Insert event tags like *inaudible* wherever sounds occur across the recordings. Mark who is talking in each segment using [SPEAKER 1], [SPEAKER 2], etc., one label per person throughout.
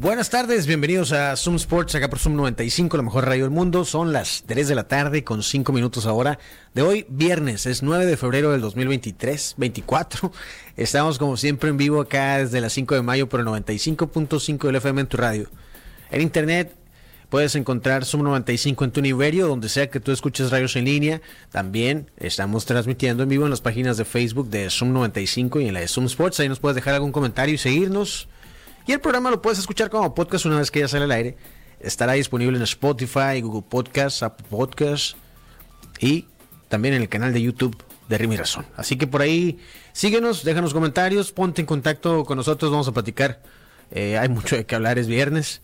[SPEAKER 1] Buenas tardes, bienvenidos a Zoom Sports, acá por Zoom 95, la mejor radio del mundo. Son las 3 de la tarde con 5 minutos ahora de hoy, viernes, es 9 de febrero del 2023, 24. Estamos como siempre en vivo acá desde las 5 de mayo por el 95.5 del FM en tu radio. En internet puedes encontrar Zoom 95 en tu niverio, donde sea que tú escuches radios en línea. También estamos transmitiendo en vivo en las páginas de Facebook de Zoom 95 y en la de Zoom Sports. Ahí nos puedes dejar algún comentario y seguirnos. Y el programa lo puedes escuchar como podcast una vez que ya sale al aire. Estará disponible en Spotify, Google Podcasts, Apple Podcasts y también en el canal de YouTube de Rimi Razón. Así que por ahí síguenos, déjanos comentarios, ponte en contacto con nosotros, vamos a platicar. Eh, hay mucho de qué hablar, es viernes.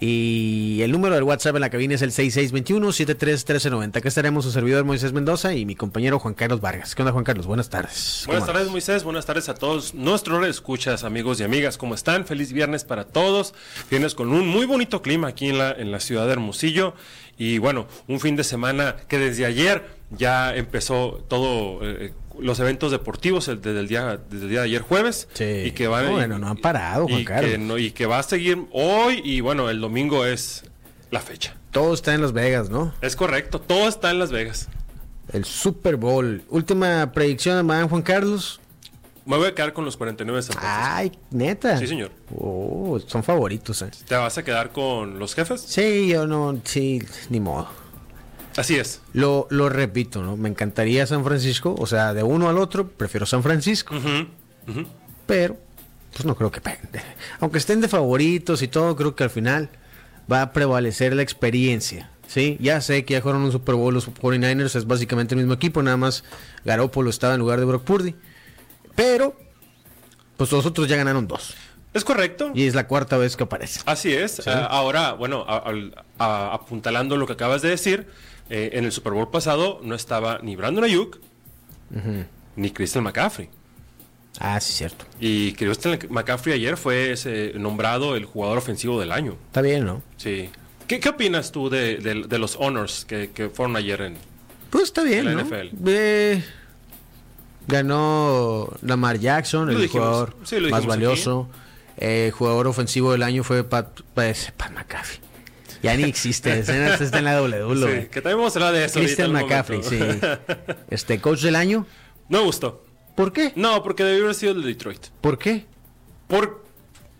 [SPEAKER 1] Y el número del WhatsApp en la cabina es el 6621-731390. que estaremos su servidor Moisés Mendoza y mi compañero Juan Carlos Vargas. ¿Qué onda, Juan Carlos? Buenas tardes.
[SPEAKER 2] Pues, Buenas tardes, andas? Moisés. Buenas tardes a todos nuestros escuchas, amigos y amigas. ¿Cómo están? Feliz viernes para todos. Viernes con un muy bonito clima aquí en la, en la ciudad de Hermosillo. Y bueno, un fin de semana que desde ayer ya empezó todo. Eh, los eventos deportivos desde el día, desde el día de ayer jueves
[SPEAKER 1] Sí.
[SPEAKER 2] y que van
[SPEAKER 1] No,
[SPEAKER 2] y-
[SPEAKER 1] bueno, no han parado, Juan
[SPEAKER 2] y
[SPEAKER 1] Carlos.
[SPEAKER 2] que no- y que va a seguir hoy y bueno el domingo es la fecha
[SPEAKER 1] Todo está en Las Vegas, ¿no?
[SPEAKER 2] es correcto todo está en Las Vegas
[SPEAKER 1] El Super Bowl. Última predicción, hermano Juan Carlos.
[SPEAKER 2] me voy a quedar con los 49 de San Francisco.
[SPEAKER 1] Ay, neta.
[SPEAKER 2] Sí, señor.
[SPEAKER 1] Oh, son favoritos, ¿eh?
[SPEAKER 2] te vas a quedar con los jefes
[SPEAKER 1] Sí, yo no, sí, ni modo.
[SPEAKER 2] así es
[SPEAKER 1] Lo, lo repito, ¿no? Me encantaría San Francisco, o sea, de uno al otro, prefiero San Francisco. Pero, pues no creo que peguen. *laughs* Aunque estén de favoritos y todo, creo que al final va a prevalecer la experiencia. Sí, ya sé que ya jugaron un Super Bowl los 49ers, es básicamente el mismo equipo, nada más Garoppolo estaba en lugar de Brock Purdy. Pero, pues los otros ya ganaron dos.
[SPEAKER 2] es correcto
[SPEAKER 1] Y es la cuarta vez que aparece.
[SPEAKER 2] Así es.
[SPEAKER 1] Sí.
[SPEAKER 2] Ah, ahora, bueno, a- al- a- apuntalando lo que acabas de decir, eh, en el Super Bowl pasado no estaba ni Brandon Ayuk ni Christian McCaffrey.
[SPEAKER 1] Ah, sí, cierto.
[SPEAKER 2] Y Christian McCaffrey ayer fue ese, nombrado el jugador ofensivo del año.
[SPEAKER 1] Está bien, ¿no?
[SPEAKER 2] Sí. ¿Qué, qué opinas tú de, de- de los honors que, que fueron ayer en...
[SPEAKER 1] Pues está bien,
[SPEAKER 2] De la
[SPEAKER 1] ¿no?
[SPEAKER 2] NFL.
[SPEAKER 1] Eh, ganó Lamar Jackson,
[SPEAKER 2] Lo
[SPEAKER 1] el
[SPEAKER 2] dijimos,
[SPEAKER 1] jugador
[SPEAKER 2] sí, lo dijimos
[SPEAKER 1] más
[SPEAKER 2] aquí.
[SPEAKER 1] valioso. Eh, jugador ofensivo del año fue Pat, pues, Pat McAfee. Ya ni
[SPEAKER 2] *laughs*
[SPEAKER 1] existe, ese no- ese está en la
[SPEAKER 2] Sí,
[SPEAKER 1] W.
[SPEAKER 2] que también vamos a hablar de eso. ahorita
[SPEAKER 1] Christian
[SPEAKER 2] en un
[SPEAKER 1] McCaffrey, sí.
[SPEAKER 2] momento.
[SPEAKER 1] Este, coach del año,
[SPEAKER 2] *laughs* no me gustó.
[SPEAKER 1] ¿por qué?
[SPEAKER 2] No, porque debió haber sido el de Detroit.
[SPEAKER 1] ¿Por qué?
[SPEAKER 2] Por,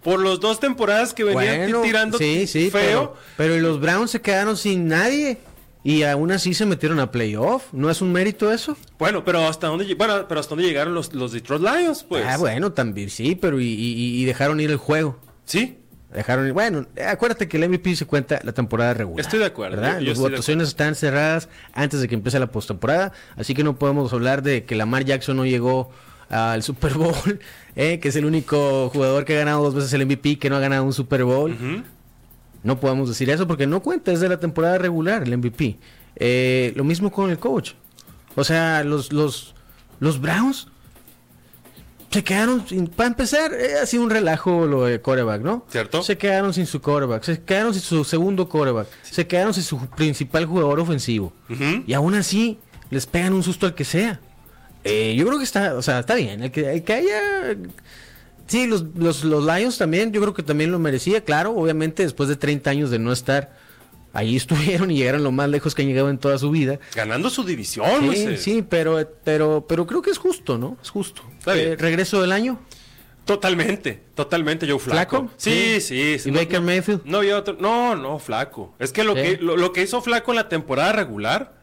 [SPEAKER 2] por los dos temporadas que venían tirando
[SPEAKER 1] sí, sí,
[SPEAKER 2] feo.
[SPEAKER 1] Pero, pero ¿y los Browns se quedaron sin nadie y aún así se metieron a playoff. ¿No es un mérito eso?
[SPEAKER 2] Bueno, pero hasta dónde, lle- bueno, pero hasta dónde llegaron los, los Detroit Lions, pues.
[SPEAKER 1] Ah, bueno, también sí, pero y- y- y dejaron ir el juego.
[SPEAKER 2] Sí,
[SPEAKER 1] Dejaron ir. Bueno, eh, acuérdate que el MVP se cuenta la temporada regular.
[SPEAKER 2] Estoy de acuerdo,
[SPEAKER 1] ¿verdad?
[SPEAKER 2] yo- yo
[SPEAKER 1] Las
[SPEAKER 2] estoy de
[SPEAKER 1] votaciones están cerradas antes de que empiece la postemporada. Así que no podemos hablar de que Lamar Jackson no llegó al Super Bowl, *laughs* eh, que es el único jugador que ha ganado dos veces el MVP, que no ha ganado un Super Bowl. No podemos decir eso porque no cuenta, es de la temporada regular el MVP. Eh, lo mismo con el coach. O sea, los, los, los Browns se quedaron sin. Para empezar, eh, ha sido un relajo lo de coreback, ¿no?
[SPEAKER 2] Cierto.
[SPEAKER 1] Se quedaron sin su coreback, se quedaron sin su segundo coreback, se quedaron sin su principal jugador ofensivo. Y aún así, les pegan un susto al que sea. Eh, yo creo que está, o sea, está bien. El que, el que haya. Sí, los, los, los Lions también, yo creo que también lo merecía, claro. Obviamente, después de 30 años de no estar, ahí *laughs* estuvieron y llegaron lo más lejos que han llegado en toda su vida.
[SPEAKER 2] ganando su división,
[SPEAKER 1] Sí,
[SPEAKER 2] Moisés.
[SPEAKER 1] sí, pero, pero, pero creo que es justo, ¿no? Es justo.
[SPEAKER 2] Está bien.
[SPEAKER 1] Eh, regreso del año.
[SPEAKER 2] Totalmente, totalmente yo flaco.
[SPEAKER 1] ¿Flaco?
[SPEAKER 2] Sí,
[SPEAKER 1] Sí.
[SPEAKER 2] sí. sí,
[SPEAKER 1] ¿Y Baker Mayfield?
[SPEAKER 2] No había otro. No, no, flaco. Es que lo,
[SPEAKER 1] Sí.
[SPEAKER 2] que, lo, lo que hizo flaco en la temporada regular,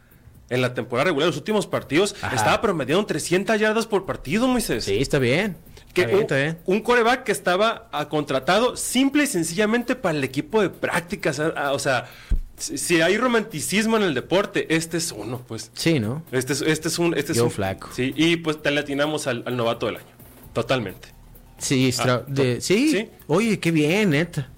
[SPEAKER 2] en la temporada regular, los últimos partidos,
[SPEAKER 1] Ajá.
[SPEAKER 2] estaba promediando 300 yardas por partido, Moisés.
[SPEAKER 1] Sí, está bien.
[SPEAKER 2] Que
[SPEAKER 1] está bien,
[SPEAKER 2] un,
[SPEAKER 1] está bien.
[SPEAKER 2] un coreback que estaba ah, contratado simple y sencillamente para el equipo de prácticas. ah, ah, o sea, si, si hay romanticismo en el deporte, este es uno, pues.
[SPEAKER 1] Sí, ¿no?
[SPEAKER 2] Este es, este es un. Este es
[SPEAKER 1] Yo
[SPEAKER 2] un-
[SPEAKER 1] flaco.
[SPEAKER 2] Sí, y pues te latinamos al, al novato del año. Totalmente.
[SPEAKER 1] Sí, Stra-
[SPEAKER 2] Ah,
[SPEAKER 1] de-
[SPEAKER 2] to-
[SPEAKER 1] sí.
[SPEAKER 2] sí.
[SPEAKER 1] Oye, qué bien, neta.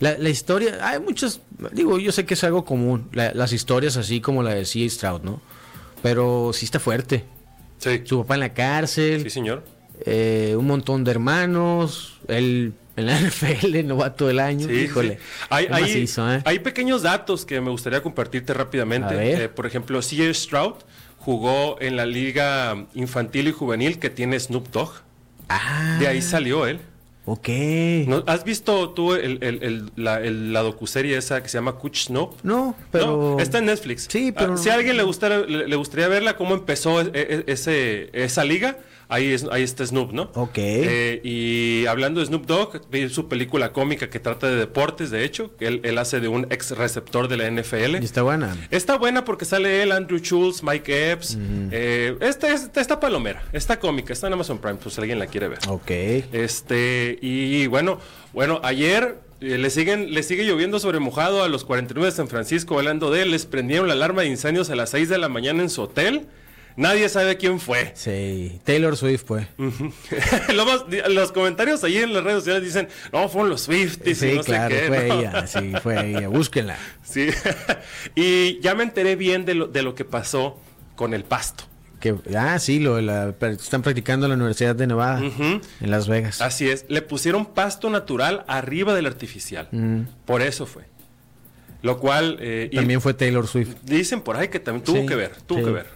[SPEAKER 1] La, la historia, hay muchas, digo, yo sé que es algo común, la- las historias así como la de C.A. Stroud, ¿no? Pero sí está fuerte.
[SPEAKER 2] Sí.
[SPEAKER 1] Su papá en la cárcel.
[SPEAKER 2] Sí, señor.
[SPEAKER 1] eh, un montón de hermanos. Él en la *laughs* NFL, novato del año.
[SPEAKER 2] Sí,
[SPEAKER 1] Híjole.
[SPEAKER 2] sí. Hay,
[SPEAKER 1] qué
[SPEAKER 2] hay-
[SPEAKER 1] macizo, ¿eh?
[SPEAKER 2] hay pequeños datos que me gustaría compartirte rápidamente.
[SPEAKER 1] A ver.
[SPEAKER 2] Eh, por ejemplo, C.J. Stroud jugó en la liga infantil y juvenil que tiene Snoop Dogg.
[SPEAKER 1] Ah,
[SPEAKER 2] De ahí salió él.
[SPEAKER 1] ok.
[SPEAKER 2] ¿No- ¿Has visto tú el- el- el- la, el- la docuserie esa que se llama Kuch Snow?
[SPEAKER 1] No, pero.
[SPEAKER 2] No, está en Netflix.
[SPEAKER 1] Sí,
[SPEAKER 2] Ah,
[SPEAKER 1] pero-
[SPEAKER 2] si a alguien le, gustara, le, le gustaría verla, cómo empezó e- e- ese, esa liga, ahí, es, ahí está Snoop, ¿no?
[SPEAKER 1] Ok.
[SPEAKER 2] Eh, y hablando de Snoop Dogg, vi su película cómica que trata de deportes, de hecho, que él, él hace de un ex receptor de la NFL.
[SPEAKER 1] Y está buena.
[SPEAKER 2] Está buena porque sale él, Andrew Schultz, Mike Epps. eh, esta, esta, esta palomera, está cómica, está en Amazon Prime, pues si alguien la quiere ver.
[SPEAKER 1] Ok.
[SPEAKER 2] Este, y bueno, bueno, ayer eh, le siguen, le sigue lloviendo sobre mojado a los 49 de San Francisco, hablando de él, les prendieron la alarma de incendios a las 6 de la mañana en su hotel. Nadie sabe quién fue. *laughs*
[SPEAKER 1] Sí. Taylor Swift, pues.
[SPEAKER 2] Mm, Lo más- di- los comentarios ahí en las redes sociales dicen, no, fueron los Swifties y
[SPEAKER 1] Sí,
[SPEAKER 2] no
[SPEAKER 1] claro,
[SPEAKER 2] sé qué.
[SPEAKER 1] fue
[SPEAKER 2] ¿no? *laughs*
[SPEAKER 1] ella. Sí, fue ella. Búsquenla.
[SPEAKER 2] Sí. *laughs* y ya me enteré bien de lo, de lo que pasó con el pasto.
[SPEAKER 1] Que, ah, sí, lo de la- están practicando en la Universidad de Nevada,
[SPEAKER 2] Ujú. Ah,
[SPEAKER 1] en Las Vegas.
[SPEAKER 2] Así es, le pusieron pasto natural arriba del artificial. Por eso fue. Lo cual... eh, y-
[SPEAKER 1] Mm. También fue Taylor Swift.
[SPEAKER 2] Dicen por ahí que también tuvo
[SPEAKER 1] Sí,
[SPEAKER 2] que ver, tuvo
[SPEAKER 1] sí.
[SPEAKER 2] que ver.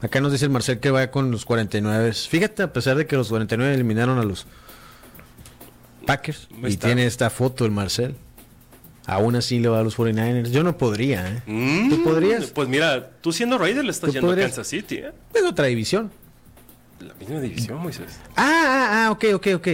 [SPEAKER 1] Acá nos dice el Marcel que va con los 49. Fíjate, a pesar de que los 49 eliminaron a los Packers,
[SPEAKER 2] Ahí
[SPEAKER 1] y
[SPEAKER 2] está.
[SPEAKER 1] tiene esta foto el Marcel, aún así le va a los 49ers. Yo no podría, ¿eh?
[SPEAKER 2] Mm.
[SPEAKER 1] ¿Tú podrías?
[SPEAKER 2] Pues mira, tú siendo Raider le estás
[SPEAKER 1] ¿Tú
[SPEAKER 2] yendo
[SPEAKER 1] podrías?
[SPEAKER 2] a Kansas City, ¿eh?
[SPEAKER 1] Es otra división.
[SPEAKER 2] La misma división, Moisés.
[SPEAKER 1] Ah, ah, ah, ok, ok, ok.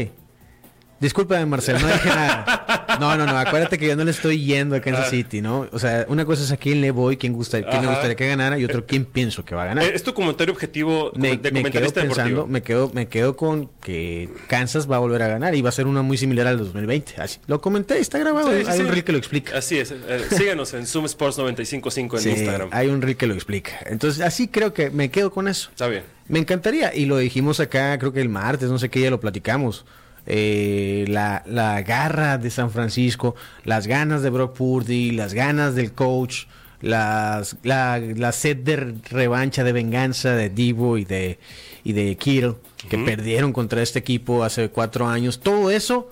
[SPEAKER 1] Disculpa, Marcel, no dije nada. No, no, no, acuérdate que yo no le estoy yendo a Kansas
[SPEAKER 2] Ah.
[SPEAKER 1] City, ¿no? O sea, una cosa es a quién le voy, quién, gusta, quién me
[SPEAKER 2] Ajá.
[SPEAKER 1] gustaría que ganara, y otro, quién pienso que va a ganar.
[SPEAKER 2] Eh, Es tu comentario objetivo
[SPEAKER 1] me,
[SPEAKER 2] de
[SPEAKER 1] me quedo
[SPEAKER 2] comentarista
[SPEAKER 1] pensando,
[SPEAKER 2] deportivo.
[SPEAKER 1] me quedo, me quedo con que Kansas va a volver a ganar y va a ser una muy similar al 2020. Así, lo comenté, está grabado,
[SPEAKER 2] Sí, sí,
[SPEAKER 1] hay
[SPEAKER 2] sí.
[SPEAKER 1] un reel que lo explica.
[SPEAKER 2] Así es. eh, síganos en Zoom Sports 955 en
[SPEAKER 1] Sí,
[SPEAKER 2] Instagram.
[SPEAKER 1] hay un reel que lo explica. Entonces, así creo que me quedo con eso.
[SPEAKER 2] Está bien.
[SPEAKER 1] Me encantaría, y lo dijimos acá, creo que el martes, no sé qué, ya lo platicamos. eh, la, la garra de San Francisco, las ganas de Brock Purdy, las ganas del coach, las, la, la sed de revancha, de venganza de Divo y de, y de Kittle, que perdieron contra este equipo hace cuatro años. Todo eso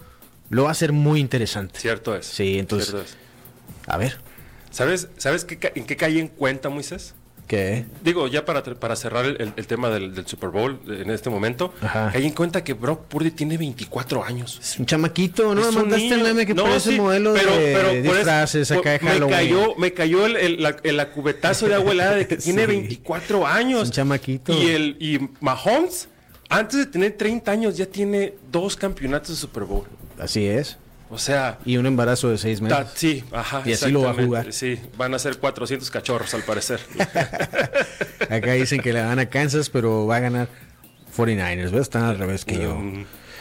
[SPEAKER 1] lo va a hacer muy interesante.
[SPEAKER 2] Cierto es.
[SPEAKER 1] Sí, entonces-
[SPEAKER 2] cierto es.
[SPEAKER 1] A ver,
[SPEAKER 2] ¿Sabes, sabes qué ca- en qué caí en cuenta, Moisés?
[SPEAKER 1] ¿qué?
[SPEAKER 2] Digo, ya para, tra- para cerrar el, el- el tema del, del Super Bowl eh, en este momento,
[SPEAKER 1] Ajá.
[SPEAKER 2] caí en cuenta que Brock Purdy tiene 24 años.
[SPEAKER 1] Es un chamaquito, ¿no?
[SPEAKER 2] Es un
[SPEAKER 1] Mandaste el
[SPEAKER 2] niño.
[SPEAKER 1] meme que
[SPEAKER 2] No,
[SPEAKER 1] parece
[SPEAKER 2] sí,
[SPEAKER 1] modelo de
[SPEAKER 2] por eso-
[SPEAKER 1] disfraces
[SPEAKER 2] por-
[SPEAKER 1] acá de
[SPEAKER 2] me
[SPEAKER 1] Halloween.
[SPEAKER 2] cayó, me cayó el, el- la, el- la cubetazo de agua helada
[SPEAKER 1] *laughs*
[SPEAKER 2] de que tiene
[SPEAKER 1] Sí.
[SPEAKER 2] 24 años.
[SPEAKER 1] Es un chamaquito.
[SPEAKER 2] Y, el, y Mahomes, antes de tener 30 años, ya tiene dos campeonatos de Super Bowl.
[SPEAKER 1] Así es.
[SPEAKER 2] O sea,
[SPEAKER 1] Y un embarazo de seis meses.
[SPEAKER 2] ta- sí, ajá.
[SPEAKER 1] Y así lo va a
[SPEAKER 2] exactamente.
[SPEAKER 1] jugar.
[SPEAKER 2] Sí, van a ser 400 cachorros
[SPEAKER 1] *laughs*
[SPEAKER 2] al parecer.
[SPEAKER 1] Acá dicen que le van a Kansas, pero va a ganar 49ers. ¿ves? Están al revés que yo.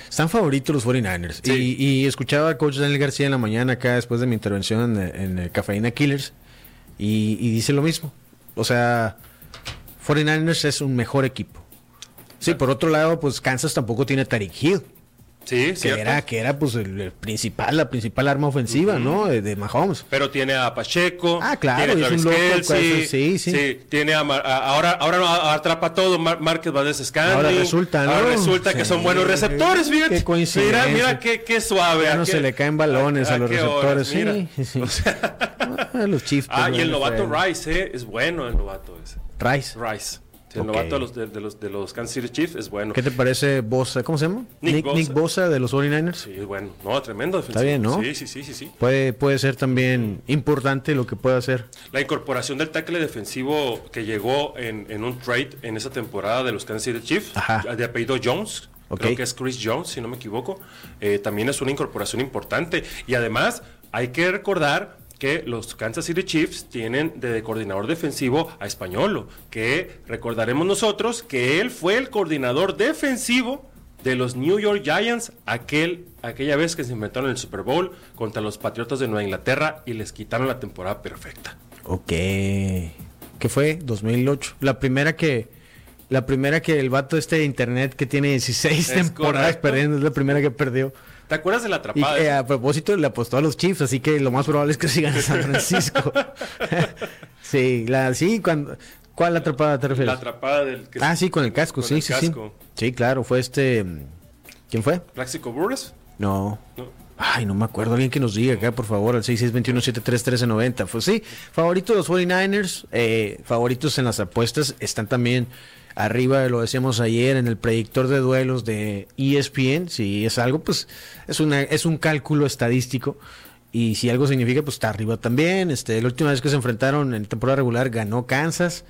[SPEAKER 1] Están favoritos los 49ers.
[SPEAKER 2] Mm. Sí.
[SPEAKER 1] Y, y escuchaba al coach Daniel García en la mañana acá después de mi intervención en, en, eh, Cafeína Killers. Y, y dice lo mismo. O sea, 49ers es un mejor equipo. Sí, por otro lado, pues Kansas tampoco tiene a Tariq Hill.
[SPEAKER 2] sí,
[SPEAKER 1] Que
[SPEAKER 2] cierto.
[SPEAKER 1] era, que era pues el, el principal, la principal arma ofensiva, ¿no? De, de Mahomes.
[SPEAKER 2] Pero tiene a Pacheco.
[SPEAKER 1] Ah, claro,
[SPEAKER 2] tiene
[SPEAKER 1] es un loco, pues, sí, sí.
[SPEAKER 2] tiene a, Mar- a- ahora, ahora no, a- atrapa todo. Mar- Márquez Valdés Scandi.
[SPEAKER 1] Ahora resulta, ¿no?
[SPEAKER 2] Ahora resulta que
[SPEAKER 1] Sí.
[SPEAKER 2] son buenos receptores, fíjate.
[SPEAKER 1] Qué coincidencia.
[SPEAKER 2] Mira, mira qué, qué suave.
[SPEAKER 1] Ya
[SPEAKER 2] ¿a
[SPEAKER 1] no
[SPEAKER 2] qué-
[SPEAKER 1] se le caen balones a, los
[SPEAKER 2] Ah, qué horas?
[SPEAKER 1] receptores.
[SPEAKER 2] Mira.
[SPEAKER 1] sí,
[SPEAKER 2] *laughs*
[SPEAKER 1] sí. *laughs* Ah, los Chiefs.
[SPEAKER 2] Ah,
[SPEAKER 1] pues,
[SPEAKER 2] y el
[SPEAKER 1] bueno,
[SPEAKER 2] novato
[SPEAKER 1] fue-
[SPEAKER 2] Rice, ¿eh? Es bueno el novato ese.
[SPEAKER 1] Rice.
[SPEAKER 2] Rice. Sí, el
[SPEAKER 1] Ok.
[SPEAKER 2] novato de los, de, de los, de los Kansas City Chiefs es bueno.
[SPEAKER 1] ¿Qué te parece Bosa? ¿Cómo se llama?
[SPEAKER 2] Nick
[SPEAKER 1] Nick,
[SPEAKER 2] Bosa.
[SPEAKER 1] Nick Bosa de los 49ers.
[SPEAKER 2] Sí, es bueno. No, tremendo defensivo.
[SPEAKER 1] Está bien, ¿no?
[SPEAKER 2] Sí, sí, sí, sí, sí.
[SPEAKER 1] Puede, puede ser también importante lo que pueda hacer.
[SPEAKER 2] La incorporación del tackle defensivo que llegó en, en un trade en esa temporada de los Kansas City Chiefs,
[SPEAKER 1] Ajá.
[SPEAKER 2] de apellido Jones,
[SPEAKER 1] Ok.
[SPEAKER 2] creo que es Chris Jones, si no me equivoco, eh, también es una incorporación importante. Y además, hay que recordar que los Kansas City Chiefs tienen de coordinador defensivo a Españolo, que recordaremos nosotros que él fue el coordinador defensivo de los New York Giants aquel, aquella vez que se inventaron el Super Bowl contra los Patriotas de Nueva Inglaterra y les quitaron la temporada perfecta.
[SPEAKER 1] Ok. ¿Qué fue? 2008. La primera que. La primera que el vato este de internet que tiene 16
[SPEAKER 2] Es
[SPEAKER 1] temporadas
[SPEAKER 2] correcto.
[SPEAKER 1] perdiendo es la primera que perdió.
[SPEAKER 2] ¿Te acuerdas de la
[SPEAKER 1] Y
[SPEAKER 2] atrapada?
[SPEAKER 1] eh, a propósito le apostó a los Chiefs, así
[SPEAKER 2] *laughs*
[SPEAKER 1] que lo más probable es que sigan a San Francisco. sí, la, sí, cuando ¿Cuál atrapada te refieres?
[SPEAKER 2] La atrapada del que
[SPEAKER 1] ah, sí, con el casco,
[SPEAKER 2] con
[SPEAKER 1] sí,
[SPEAKER 2] el
[SPEAKER 1] sí,
[SPEAKER 2] casco.
[SPEAKER 1] sí. Sí, claro, fue este... ¿Quién fue?
[SPEAKER 2] Plaxico Burres.
[SPEAKER 1] No.
[SPEAKER 2] No.
[SPEAKER 1] Ay, no me acuerdo. Alguien que nos diga acá, por favor, al 6621-731390. Pues sí, favoritos los 49ers, eh, favoritos en las apuestas, están también arriba, lo decíamos ayer, en el predictor de duelos de E ESPN. Si es algo, pues es, una, es un cálculo estadístico. Y si algo significa, pues está arriba también. Este, la última vez que se enfrentaron en temporada regular ganó Kansas.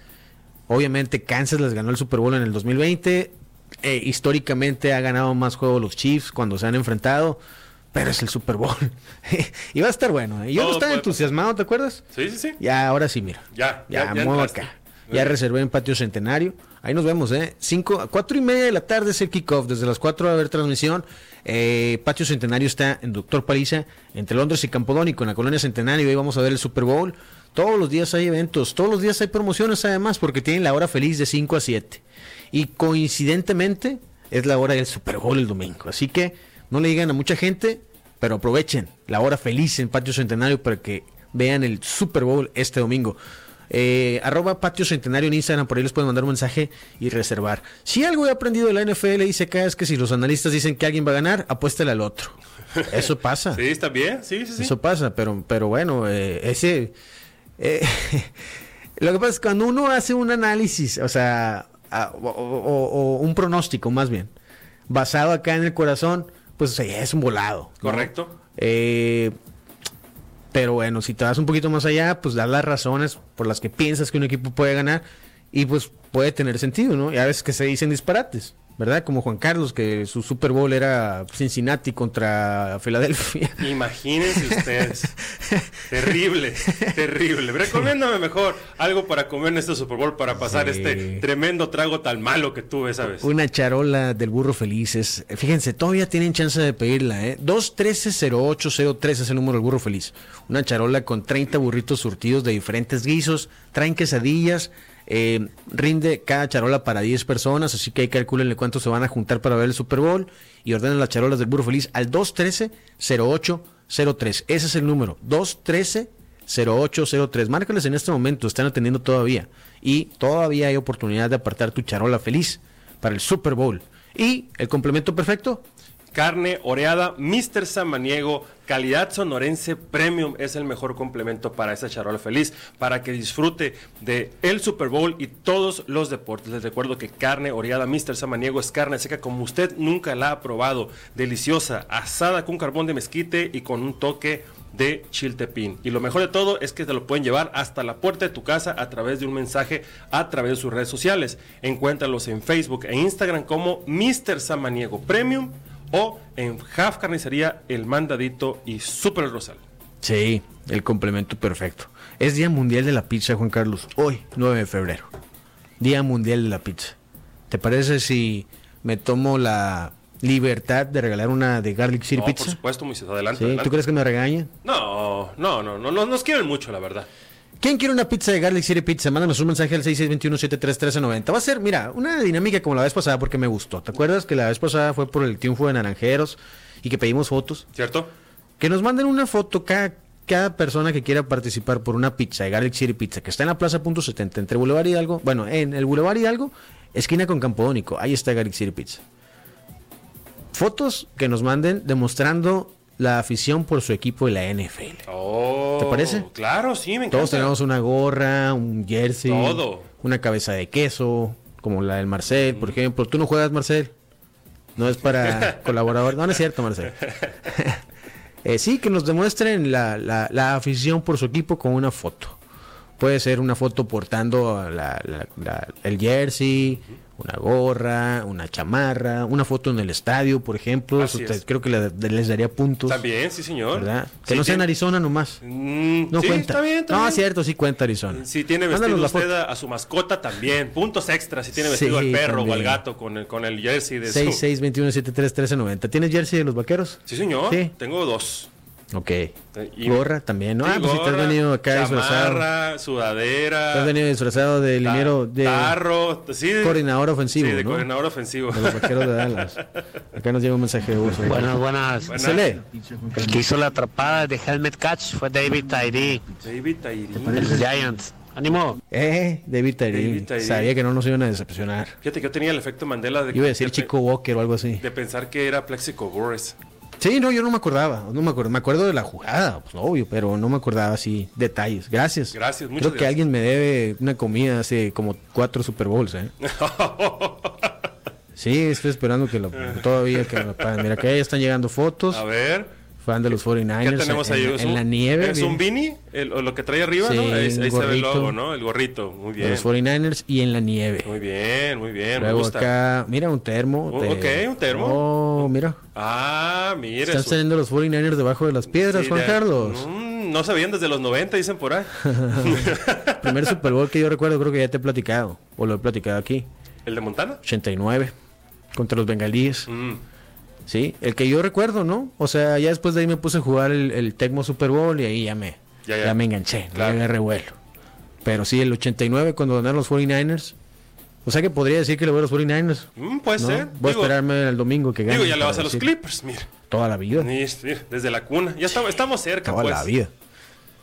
[SPEAKER 1] Obviamente Kansas les ganó el Super Bowl en el 2020. Eh, históricamente ha ganado más juegos los Chiefs cuando se han enfrentado. Pero es el Super Bowl. *laughs* y va a estar bueno. ¿eh? Yo no
[SPEAKER 2] Todo
[SPEAKER 1] estaba
[SPEAKER 2] puede
[SPEAKER 1] entusiasmado, ¿te acuerdas?
[SPEAKER 2] Sí, sí, sí.
[SPEAKER 1] Ya, ahora sí, mira.
[SPEAKER 2] Ya,
[SPEAKER 1] ya,
[SPEAKER 2] ya, ya
[SPEAKER 1] muevo
[SPEAKER 2] entraste.
[SPEAKER 1] acá.
[SPEAKER 2] Muy
[SPEAKER 1] Ya
[SPEAKER 2] bien.
[SPEAKER 1] reservé en Patio Centenario. Ahí nos vemos, ¿eh? Cinco, a cuatro y media de la tarde es el kickoff. Desde las cuatro va a haber transmisión. Eh, Patio Centenario está en Doctor Paliza, entre Londres y Campodónico, en la colonia Centenario. Ahí vamos a ver el Super Bowl. Todos los días hay eventos, todos los días hay promociones además, porque tienen la hora feliz de 5 a 7. Y coincidentemente es la hora del Super Bowl el domingo. Así que no le digan a mucha gente, pero aprovechen la hora feliz en Patio Centenario para que vean el Super Bowl este domingo. Eh, arroba Patio Centenario en Instagram, por ahí les pueden mandar un mensaje y reservar. Si algo he aprendido de la NFL y se cae es que si los analistas dicen que alguien va a ganar, apuéstale al otro. Eso pasa.
[SPEAKER 2] *laughs* Sí, está bien. Sí, sí, sí.
[SPEAKER 1] Eso pasa, pero, pero bueno, eh, ese... eh, *laughs* lo que pasa es que cuando uno hace un análisis, o sea, a- o, o- o un pronóstico más bien, basado acá en el corazón, pues o sea, ya es un volado. ¿no?
[SPEAKER 2] Correcto.
[SPEAKER 1] Eh, pero bueno, si te vas un poquito más allá, pues das las razones por las que piensas que un equipo puede ganar y pues puede tener sentido, ¿no? Y a veces que se dicen disparates, ¿verdad? Como Juan Carlos, que su Super Bowl era Cincinnati contra Filadelfia.
[SPEAKER 2] Imagínense ustedes.
[SPEAKER 1] *laughs*
[SPEAKER 2] terrible, terrible. Recomiéndame mejor algo para comer en este Super Bowl para pasar
[SPEAKER 1] Sí.
[SPEAKER 2] este tremendo trago tan malo que tuve, ¿sabes?
[SPEAKER 1] Una charola del burro felices. Fíjense, todavía tienen chance de pedirla, ¿eh? 213-0803 es el número del burro feliz. Una charola con 30 burritos surtidos de diferentes guisos. Traen quesadillas. eh, rinde cada charola para 10 personas. Así que ahí calculenle cuánto se van a juntar para ver el Super Bowl. Y ordenen las charolas del burro feliz al 213-0803. Ese es el número. 213 0803. Márcales en este momento, están atendiendo todavía. Y todavía hay oportunidad de apartar tu charola feliz para el Super Bowl. Y el complemento perfecto,
[SPEAKER 2] Carne oreada, Mr. Samaniego, calidad sonorense premium es el mejor complemento para esa charola feliz, para que disfrute de el Super Bowl y todos los deportes. Les recuerdo que carne oreada, Mr. Samaniego es carne seca como usted nunca la ha probado, deliciosa, asada con carbón de mezquite y con un toque de Chiltepín. Y lo mejor de todo es que te lo pueden llevar hasta la puerta de tu casa a través de un mensaje a través de sus redes sociales. Encuéntralos en Facebook e Instagram como Mr. Samaniego Premium o en Half Carnicería El Mandadito y Super El Rosal.
[SPEAKER 1] sí, el complemento perfecto. Es Día Mundial de la Pizza, Juan Carlos. Hoy, 9 de febrero. Día Mundial de la Pizza. ¿Te parece si me tomo la libertad de regalar una de Garlic City
[SPEAKER 2] No, por
[SPEAKER 1] Pizza?
[SPEAKER 2] supuesto, Moisés, adelante.
[SPEAKER 1] ¿Sí?
[SPEAKER 2] adelante.
[SPEAKER 1] ¿Tú crees que me regañen?
[SPEAKER 2] No, no, no, no, no, nos quieren mucho, la verdad.
[SPEAKER 1] ¿Quién quiere una pizza de Garlic City Pizza? Mándanos un mensaje al 6621-731390. Va a ser, mira, una dinámica como la vez pasada porque me gustó. ¿Te acuerdas que la vez pasada fue por el triunfo de Naranjeros y que pedimos fotos?
[SPEAKER 2] ¿Cierto?
[SPEAKER 1] Que nos manden una foto cada, cada persona que quiera participar por una pizza de Garlic City Pizza que está en la Plaza Punto 70 entre Boulevard Hidalgo. Bueno, en el Boulevard Hidalgo, esquina con Campodónico. Ahí está Garlic City Pizza. Fotos que nos manden demostrando la afición por su equipo de la NFL.
[SPEAKER 2] Oh,
[SPEAKER 1] ¿Te parece?
[SPEAKER 2] Claro, sí, me encanta.
[SPEAKER 1] Todos tenemos una gorra, un jersey,
[SPEAKER 2] Todo.
[SPEAKER 1] una cabeza de queso, como la del Marcel, por ejemplo. ¿Tú no juegas, Marcel? No es
[SPEAKER 2] *laughs*
[SPEAKER 1] para colaborador. No, no es cierto, Marcel. Eh, sí, que nos demuestren la, la- la afición por su equipo con una foto. Puede ser una foto portando la- la- la- el jersey, una gorra, una chamarra, una foto en el estadio, por ejemplo.
[SPEAKER 2] Así
[SPEAKER 1] Eso te-
[SPEAKER 2] es.
[SPEAKER 1] creo que le- les daría puntos.
[SPEAKER 2] También, sí, señor.
[SPEAKER 1] ¿verdad? Que
[SPEAKER 2] Sí,
[SPEAKER 1] no sea en
[SPEAKER 2] tiene-
[SPEAKER 1] Arizona nomás.
[SPEAKER 2] Mm,
[SPEAKER 1] No
[SPEAKER 2] sí,
[SPEAKER 1] cuenta.
[SPEAKER 2] Está bien, está
[SPEAKER 1] no,
[SPEAKER 2] bien.
[SPEAKER 1] cierto, sí cuenta Arizona.
[SPEAKER 2] Si tiene vestido
[SPEAKER 1] Mándanos la
[SPEAKER 2] usted
[SPEAKER 1] foto.
[SPEAKER 2] a, a su mascota también. Puntos extra si tiene vestido
[SPEAKER 1] Sí,
[SPEAKER 2] al perro o al
[SPEAKER 1] también.
[SPEAKER 2] gato con el, con el jersey de su...
[SPEAKER 1] 6621731390. ¿Tienes jersey de los vaqueros?
[SPEAKER 2] Sí, señor.
[SPEAKER 1] Sí.
[SPEAKER 2] Tengo dos.
[SPEAKER 1] Ok.
[SPEAKER 2] Y-
[SPEAKER 1] gorra también, ¿no?
[SPEAKER 2] Sí,
[SPEAKER 1] ah, pues si te has
[SPEAKER 2] gorra,
[SPEAKER 1] venido acá disfrazado.
[SPEAKER 2] chamarra,
[SPEAKER 1] Te has
[SPEAKER 2] sudadera,
[SPEAKER 1] venido disfrazado de
[SPEAKER 2] ta-
[SPEAKER 1] liniero de
[SPEAKER 2] tarro, sí, de-
[SPEAKER 1] coordinador
[SPEAKER 2] sí,
[SPEAKER 1] ofensivo,
[SPEAKER 2] de
[SPEAKER 1] ¿no?
[SPEAKER 2] coordinador ofensivo.
[SPEAKER 1] De los vaqueros de Dallas. Acá nos llega un mensaje de voz.
[SPEAKER 3] Buenas, buenas.
[SPEAKER 2] Buenas.
[SPEAKER 1] Se lee.
[SPEAKER 3] El que hizo la atrapada de Helmet Catch fue David Tyree,
[SPEAKER 2] *laughs* David Tairín.
[SPEAKER 3] el Giants.
[SPEAKER 2] ¡Ánimo!
[SPEAKER 1] Eh, David
[SPEAKER 2] David
[SPEAKER 1] Tyree.
[SPEAKER 2] Tyree.
[SPEAKER 1] Sabía que no nos iban a decepcionar.
[SPEAKER 2] Fíjate que yo tenía el efecto Mandela de,
[SPEAKER 1] Iba a decir
[SPEAKER 2] de pe-
[SPEAKER 1] Chico Walker o algo así.
[SPEAKER 2] de pensar que era Plexico *laughs* Boris.
[SPEAKER 1] Sí, no, yo no me acordaba. No me acuerdo. Me acuerdo de la jugada, pues obvio, pero no me acordaba así detalles. Gracias.
[SPEAKER 2] Gracias, muchas
[SPEAKER 1] Creo que
[SPEAKER 2] gracias.
[SPEAKER 1] alguien me debe una comida hace como cuatro Super Bowls, ¿eh? Sí, estoy esperando que lo, todavía que me lo paguen. Mira, que ahí están llegando fotos.
[SPEAKER 2] A ver,
[SPEAKER 1] Fan de los
[SPEAKER 2] ¿qué
[SPEAKER 1] 49ers.
[SPEAKER 2] tenemos
[SPEAKER 1] en,
[SPEAKER 2] ahí?
[SPEAKER 1] en
[SPEAKER 2] ¿Es
[SPEAKER 1] la- en
[SPEAKER 2] un-
[SPEAKER 1] la nieve.
[SPEAKER 2] ¿Es
[SPEAKER 1] bien.
[SPEAKER 2] un beanie? El- o lo que trae arriba,
[SPEAKER 1] Sí,
[SPEAKER 2] ¿no? Ahí,
[SPEAKER 1] un
[SPEAKER 2] ahí se ve el
[SPEAKER 1] gorrito.
[SPEAKER 2] logo, ¿no? El gorrito. Muy
[SPEAKER 1] de
[SPEAKER 2] bien.
[SPEAKER 1] los 49ers y en la nieve.
[SPEAKER 2] Muy bien, muy bien. me
[SPEAKER 1] Luego
[SPEAKER 2] gusta.
[SPEAKER 1] acá, mira, un termo.
[SPEAKER 2] O- ok, un termo.
[SPEAKER 1] Oh, mira.
[SPEAKER 2] Ah, mira.
[SPEAKER 1] Están
[SPEAKER 2] su-
[SPEAKER 1] teniendo los 49ers debajo de las piedras,
[SPEAKER 2] sí,
[SPEAKER 1] Juan
[SPEAKER 2] de-
[SPEAKER 1] Carlos.
[SPEAKER 2] Mm, no sabían desde los 90, dicen por
[SPEAKER 1] *laughs*
[SPEAKER 2] ahí. *laughs*
[SPEAKER 1] Primer Super Bowl que yo recuerdo, creo que ya te he platicado. O lo he platicado aquí.
[SPEAKER 2] ¿El de Montana?
[SPEAKER 1] 89. Contra los bengalíes.
[SPEAKER 2] Mm.
[SPEAKER 1] Sí, el que yo recuerdo, ¿no? O sea, ya después de ahí me puse a jugar el, el Tecmo Super Bowl y ahí ya me,
[SPEAKER 2] Ya,
[SPEAKER 1] ya,
[SPEAKER 2] ya.
[SPEAKER 1] me enganché,
[SPEAKER 2] Claro.
[SPEAKER 1] no le agarré revuelo. Pero sí, el 89 cuando ganaron los 49ers. O sea que podría decir que le voy a los 49ers.
[SPEAKER 2] Mm, puede
[SPEAKER 1] ¿no?
[SPEAKER 2] ser.
[SPEAKER 1] Voy
[SPEAKER 2] Digo-
[SPEAKER 1] a esperarme el domingo que gane.
[SPEAKER 2] Digo, ya le vas a los
[SPEAKER 1] clips
[SPEAKER 2] Clippers, mira.
[SPEAKER 1] Toda la vida.
[SPEAKER 2] Ni- sí, Desde la cuna. Ya estamos, estamos cerca,
[SPEAKER 1] Toda
[SPEAKER 2] pues.
[SPEAKER 1] la vida.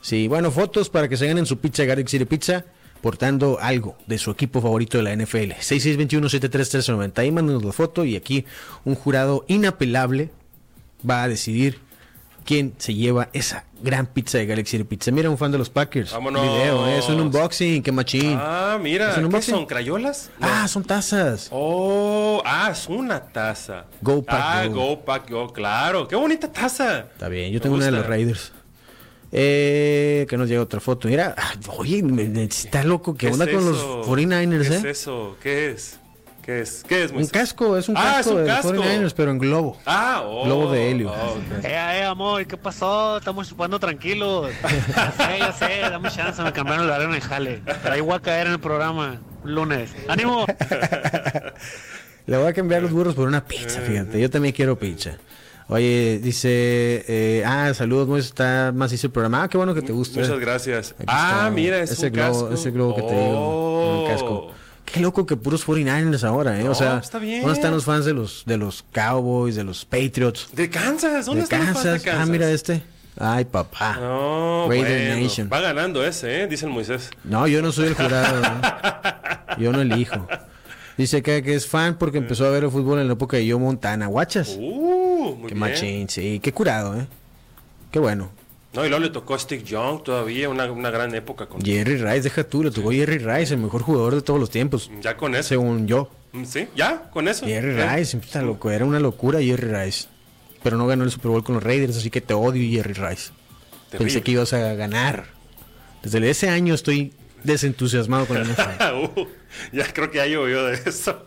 [SPEAKER 1] Sí, bueno, fotos para que se ganen su pizza Garix City Pizza portando algo de su equipo favorito de la NFL. 6621-73390. Ahí mándenos la foto y aquí un jurado inapelable va a decidir quién se lleva esa gran pizza de Garix City Pizza. Mira, un fan de los Packers.
[SPEAKER 2] Vámonos.
[SPEAKER 1] Video, ¿eh? es un unboxing, qué machín. Ah,
[SPEAKER 2] Ah, mira.
[SPEAKER 1] ¿Es un
[SPEAKER 2] ¿Qué
[SPEAKER 1] unboxing?
[SPEAKER 2] son? ¿Crayolas? No.
[SPEAKER 1] son tazas.
[SPEAKER 2] Oh, ah, es una taza.
[SPEAKER 1] Go Pack
[SPEAKER 2] Ah,
[SPEAKER 1] Go.
[SPEAKER 2] Go Pack Go, claro. Qué bonita taza.
[SPEAKER 1] Está bien, yo
[SPEAKER 2] Me
[SPEAKER 1] tengo una de los
[SPEAKER 2] gusta.
[SPEAKER 1] Raiders. Eh, que nos llega otra foto. Mira, ah, oye, me- me- está loco. ¿Qué,
[SPEAKER 2] ¿Qué
[SPEAKER 1] onda
[SPEAKER 2] es
[SPEAKER 1] con
[SPEAKER 2] eso?
[SPEAKER 1] los 49ers,
[SPEAKER 2] ¿Qué
[SPEAKER 1] eh?
[SPEAKER 2] es eso? ¿Qué es? ¿Qué es? ¿Qué es,
[SPEAKER 1] Un
[SPEAKER 2] Moisés?
[SPEAKER 1] casco, es un
[SPEAKER 2] Ah, es
[SPEAKER 1] casco
[SPEAKER 2] un
[SPEAKER 1] de
[SPEAKER 2] casco.
[SPEAKER 1] 49ers, pero en globo.
[SPEAKER 2] Ah, oh.
[SPEAKER 1] Globo de helio.
[SPEAKER 2] oh, ok.
[SPEAKER 3] Eh, eh, amor, ¿qué pasó? Estamos chupando tranquilos. *laughs* Ya sé, ya sé, dame chance, me cambiaron el horario en el jale. Pero ahí voy a caer en el programa, lunes. ¡Ánimo!
[SPEAKER 1] Le voy a cambiar
[SPEAKER 2] Ah.
[SPEAKER 1] los burros por una pizza, fíjate. Yo también quiero pizza. Oye, dice, eh, ah, saludos, Mois, está más hizo el programa. Ah, qué bueno que te gusta.
[SPEAKER 2] Muchas gracias.
[SPEAKER 1] Aquí
[SPEAKER 2] ah,
[SPEAKER 1] está
[SPEAKER 2] mira, es
[SPEAKER 1] ese
[SPEAKER 2] un
[SPEAKER 1] globo,
[SPEAKER 2] casco.
[SPEAKER 1] Ese globo que te digo,
[SPEAKER 2] Oh.
[SPEAKER 1] un casco. Qué loco que puros 49ers ahora, ¿eh?
[SPEAKER 2] No,
[SPEAKER 1] o sea,
[SPEAKER 2] está bien.
[SPEAKER 1] ¿dónde están los fans de los, de los Cowboys, de los Patriots?
[SPEAKER 2] De Kansas, ¿dónde
[SPEAKER 1] de
[SPEAKER 2] están los fans
[SPEAKER 1] Kansas?
[SPEAKER 2] de Kansas?
[SPEAKER 1] Ah, mira este. Ay, papá.
[SPEAKER 2] No,
[SPEAKER 1] Raider
[SPEAKER 2] bueno,
[SPEAKER 1] Nation.
[SPEAKER 2] va ganando ese, ¿eh? dice el Moisés.
[SPEAKER 1] No, yo no soy el jurado.
[SPEAKER 2] *laughs*
[SPEAKER 1] ¿no? Yo no elijo. Dice acá que es fan porque empezó a ver el fútbol en la época de Joe Montana. Guachas.
[SPEAKER 2] Uh, muy
[SPEAKER 1] Qué
[SPEAKER 2] bien.
[SPEAKER 1] machín, sí. Qué curado, ¿eh? Qué bueno.
[SPEAKER 2] No, y luego le tocó a Steve Young todavía, una, una gran época con
[SPEAKER 1] Jerry Rice, deja tú, le tocó Jerry Rice, el mejor jugador de todos los tiempos.
[SPEAKER 2] Ya con eso.
[SPEAKER 1] Según yo.
[SPEAKER 2] Mm, Sí, ya, con eso.
[SPEAKER 1] Jerry
[SPEAKER 2] Eh,
[SPEAKER 1] Rice, puta loco, era una locura Jerry Rice. Pero no ganó el Super Bowl con los Raiders, así que te odio Jerry Rice.
[SPEAKER 2] terrible.
[SPEAKER 1] Pensé que ibas a ganar. Desde ese año estoy desentusiasmado con el NFL.
[SPEAKER 2] *laughs* *laughs* Uh, ya creo que ya llovió de eso.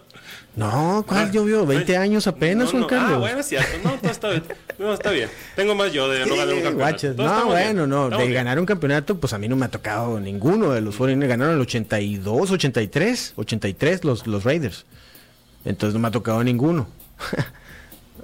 [SPEAKER 1] No, ¿cuál llovió? 20 años apenas,
[SPEAKER 2] no,
[SPEAKER 1] Juan
[SPEAKER 2] no.
[SPEAKER 1] Carlos.
[SPEAKER 2] Ah, bueno, es cierto. No, todo está bien. No, está bien. Tengo más yo de no
[SPEAKER 1] *laughs*
[SPEAKER 2] ganar un
[SPEAKER 1] Sí,
[SPEAKER 2] campeonato.
[SPEAKER 1] guachas.
[SPEAKER 2] Todo
[SPEAKER 1] No,
[SPEAKER 2] estamos bien.
[SPEAKER 1] bueno, no.
[SPEAKER 2] Estamos
[SPEAKER 1] De
[SPEAKER 2] bien.
[SPEAKER 1] ganar un campeonato, pues a mí no me ha tocado ninguno de los 49ers. Ganaron el 82, 83, 83 los, los Raiders. Entonces no me ha tocado ninguno. *laughs*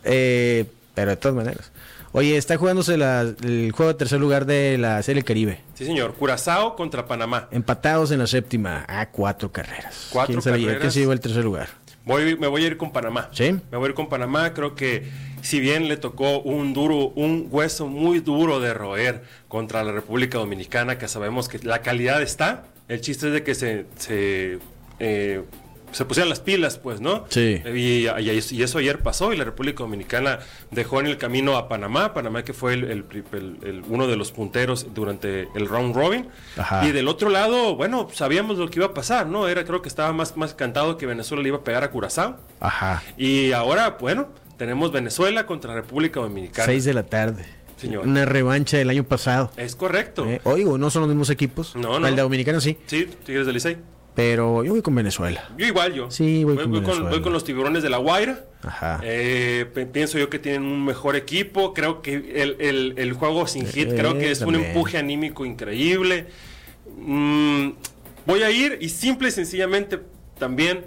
[SPEAKER 1] Eh, pero de todas maneras. Oye, está jugándose la- el juego de tercer lugar de la Serie del Caribe.
[SPEAKER 2] Sí, señor. Curazao contra Panamá.
[SPEAKER 1] Empatados en la séptima a cuatro carreras.
[SPEAKER 2] Cuatro
[SPEAKER 1] ¿Quién se la lleva?
[SPEAKER 2] carreras.
[SPEAKER 1] ¿Quién se lleva el tercer lugar?
[SPEAKER 2] Voy, me voy a ir con Panamá.
[SPEAKER 1] ¿Sí?
[SPEAKER 2] Me voy a ir con Panamá. Creo que si bien le tocó un duro, un hueso muy duro de roer contra la República Dominicana, que sabemos que la calidad está, el chiste es de que se, se, eh, se pusieran las pilas, pues, ¿no?
[SPEAKER 1] Sí.
[SPEAKER 2] Y, y- y eso ayer pasó y la República Dominicana dejó en el camino a Panamá, Panamá que fue el, el pri- el- el- uno de los punteros durante el round robin.
[SPEAKER 1] Ajá.
[SPEAKER 2] Y del otro lado, bueno, sabíamos lo que iba a pasar, ¿no? Era creo que estaba más, más cantado que Venezuela le iba a pegar a Curazao.
[SPEAKER 1] Ajá.
[SPEAKER 2] Y ahora, bueno, tenemos Venezuela contra República Dominicana.
[SPEAKER 1] Seis de la tarde.
[SPEAKER 2] Señor.
[SPEAKER 1] Una revancha del año pasado.
[SPEAKER 2] Es correcto.
[SPEAKER 1] Eh, oigo, no son los mismos equipos.
[SPEAKER 2] No, no.
[SPEAKER 1] El de Dominicana sí.
[SPEAKER 2] Sí, Tigres del Licey.
[SPEAKER 1] Pero yo voy con Venezuela.
[SPEAKER 2] Yo igual, yo.
[SPEAKER 1] Sí, voy con
[SPEAKER 2] con,
[SPEAKER 1] Venezuela.
[SPEAKER 2] voy con los tiburones de la Guaira.
[SPEAKER 1] Ajá.
[SPEAKER 2] Eh, pe- pienso yo que tienen un mejor equipo. Creo que el, el- el juego sin hit,
[SPEAKER 1] Eh,
[SPEAKER 2] creo que es un
[SPEAKER 1] también.
[SPEAKER 2] empuje anímico increíble. Mm, voy a ir y simple y sencillamente también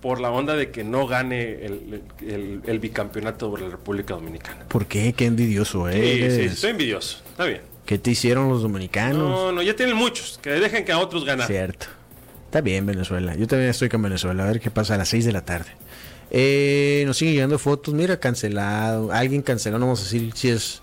[SPEAKER 2] por la onda de que no gane el, el- el bicampeonato de la República Dominicana.
[SPEAKER 1] ¿Por qué? Qué envidioso
[SPEAKER 2] Sí,
[SPEAKER 1] eres.
[SPEAKER 2] sí, estoy envidioso. Está bien.
[SPEAKER 1] ¿Qué te hicieron los dominicanos?
[SPEAKER 2] No, no, ya tienen muchos. Que dejen que a otros ganar.
[SPEAKER 1] Cierto. Está bien, Venezuela. Yo también estoy con Venezuela. A ver qué pasa a las 6 de la tarde. Eh, nos siguen llegando fotos. Mira, cancelado. Alguien canceló. No vamos a decir si es.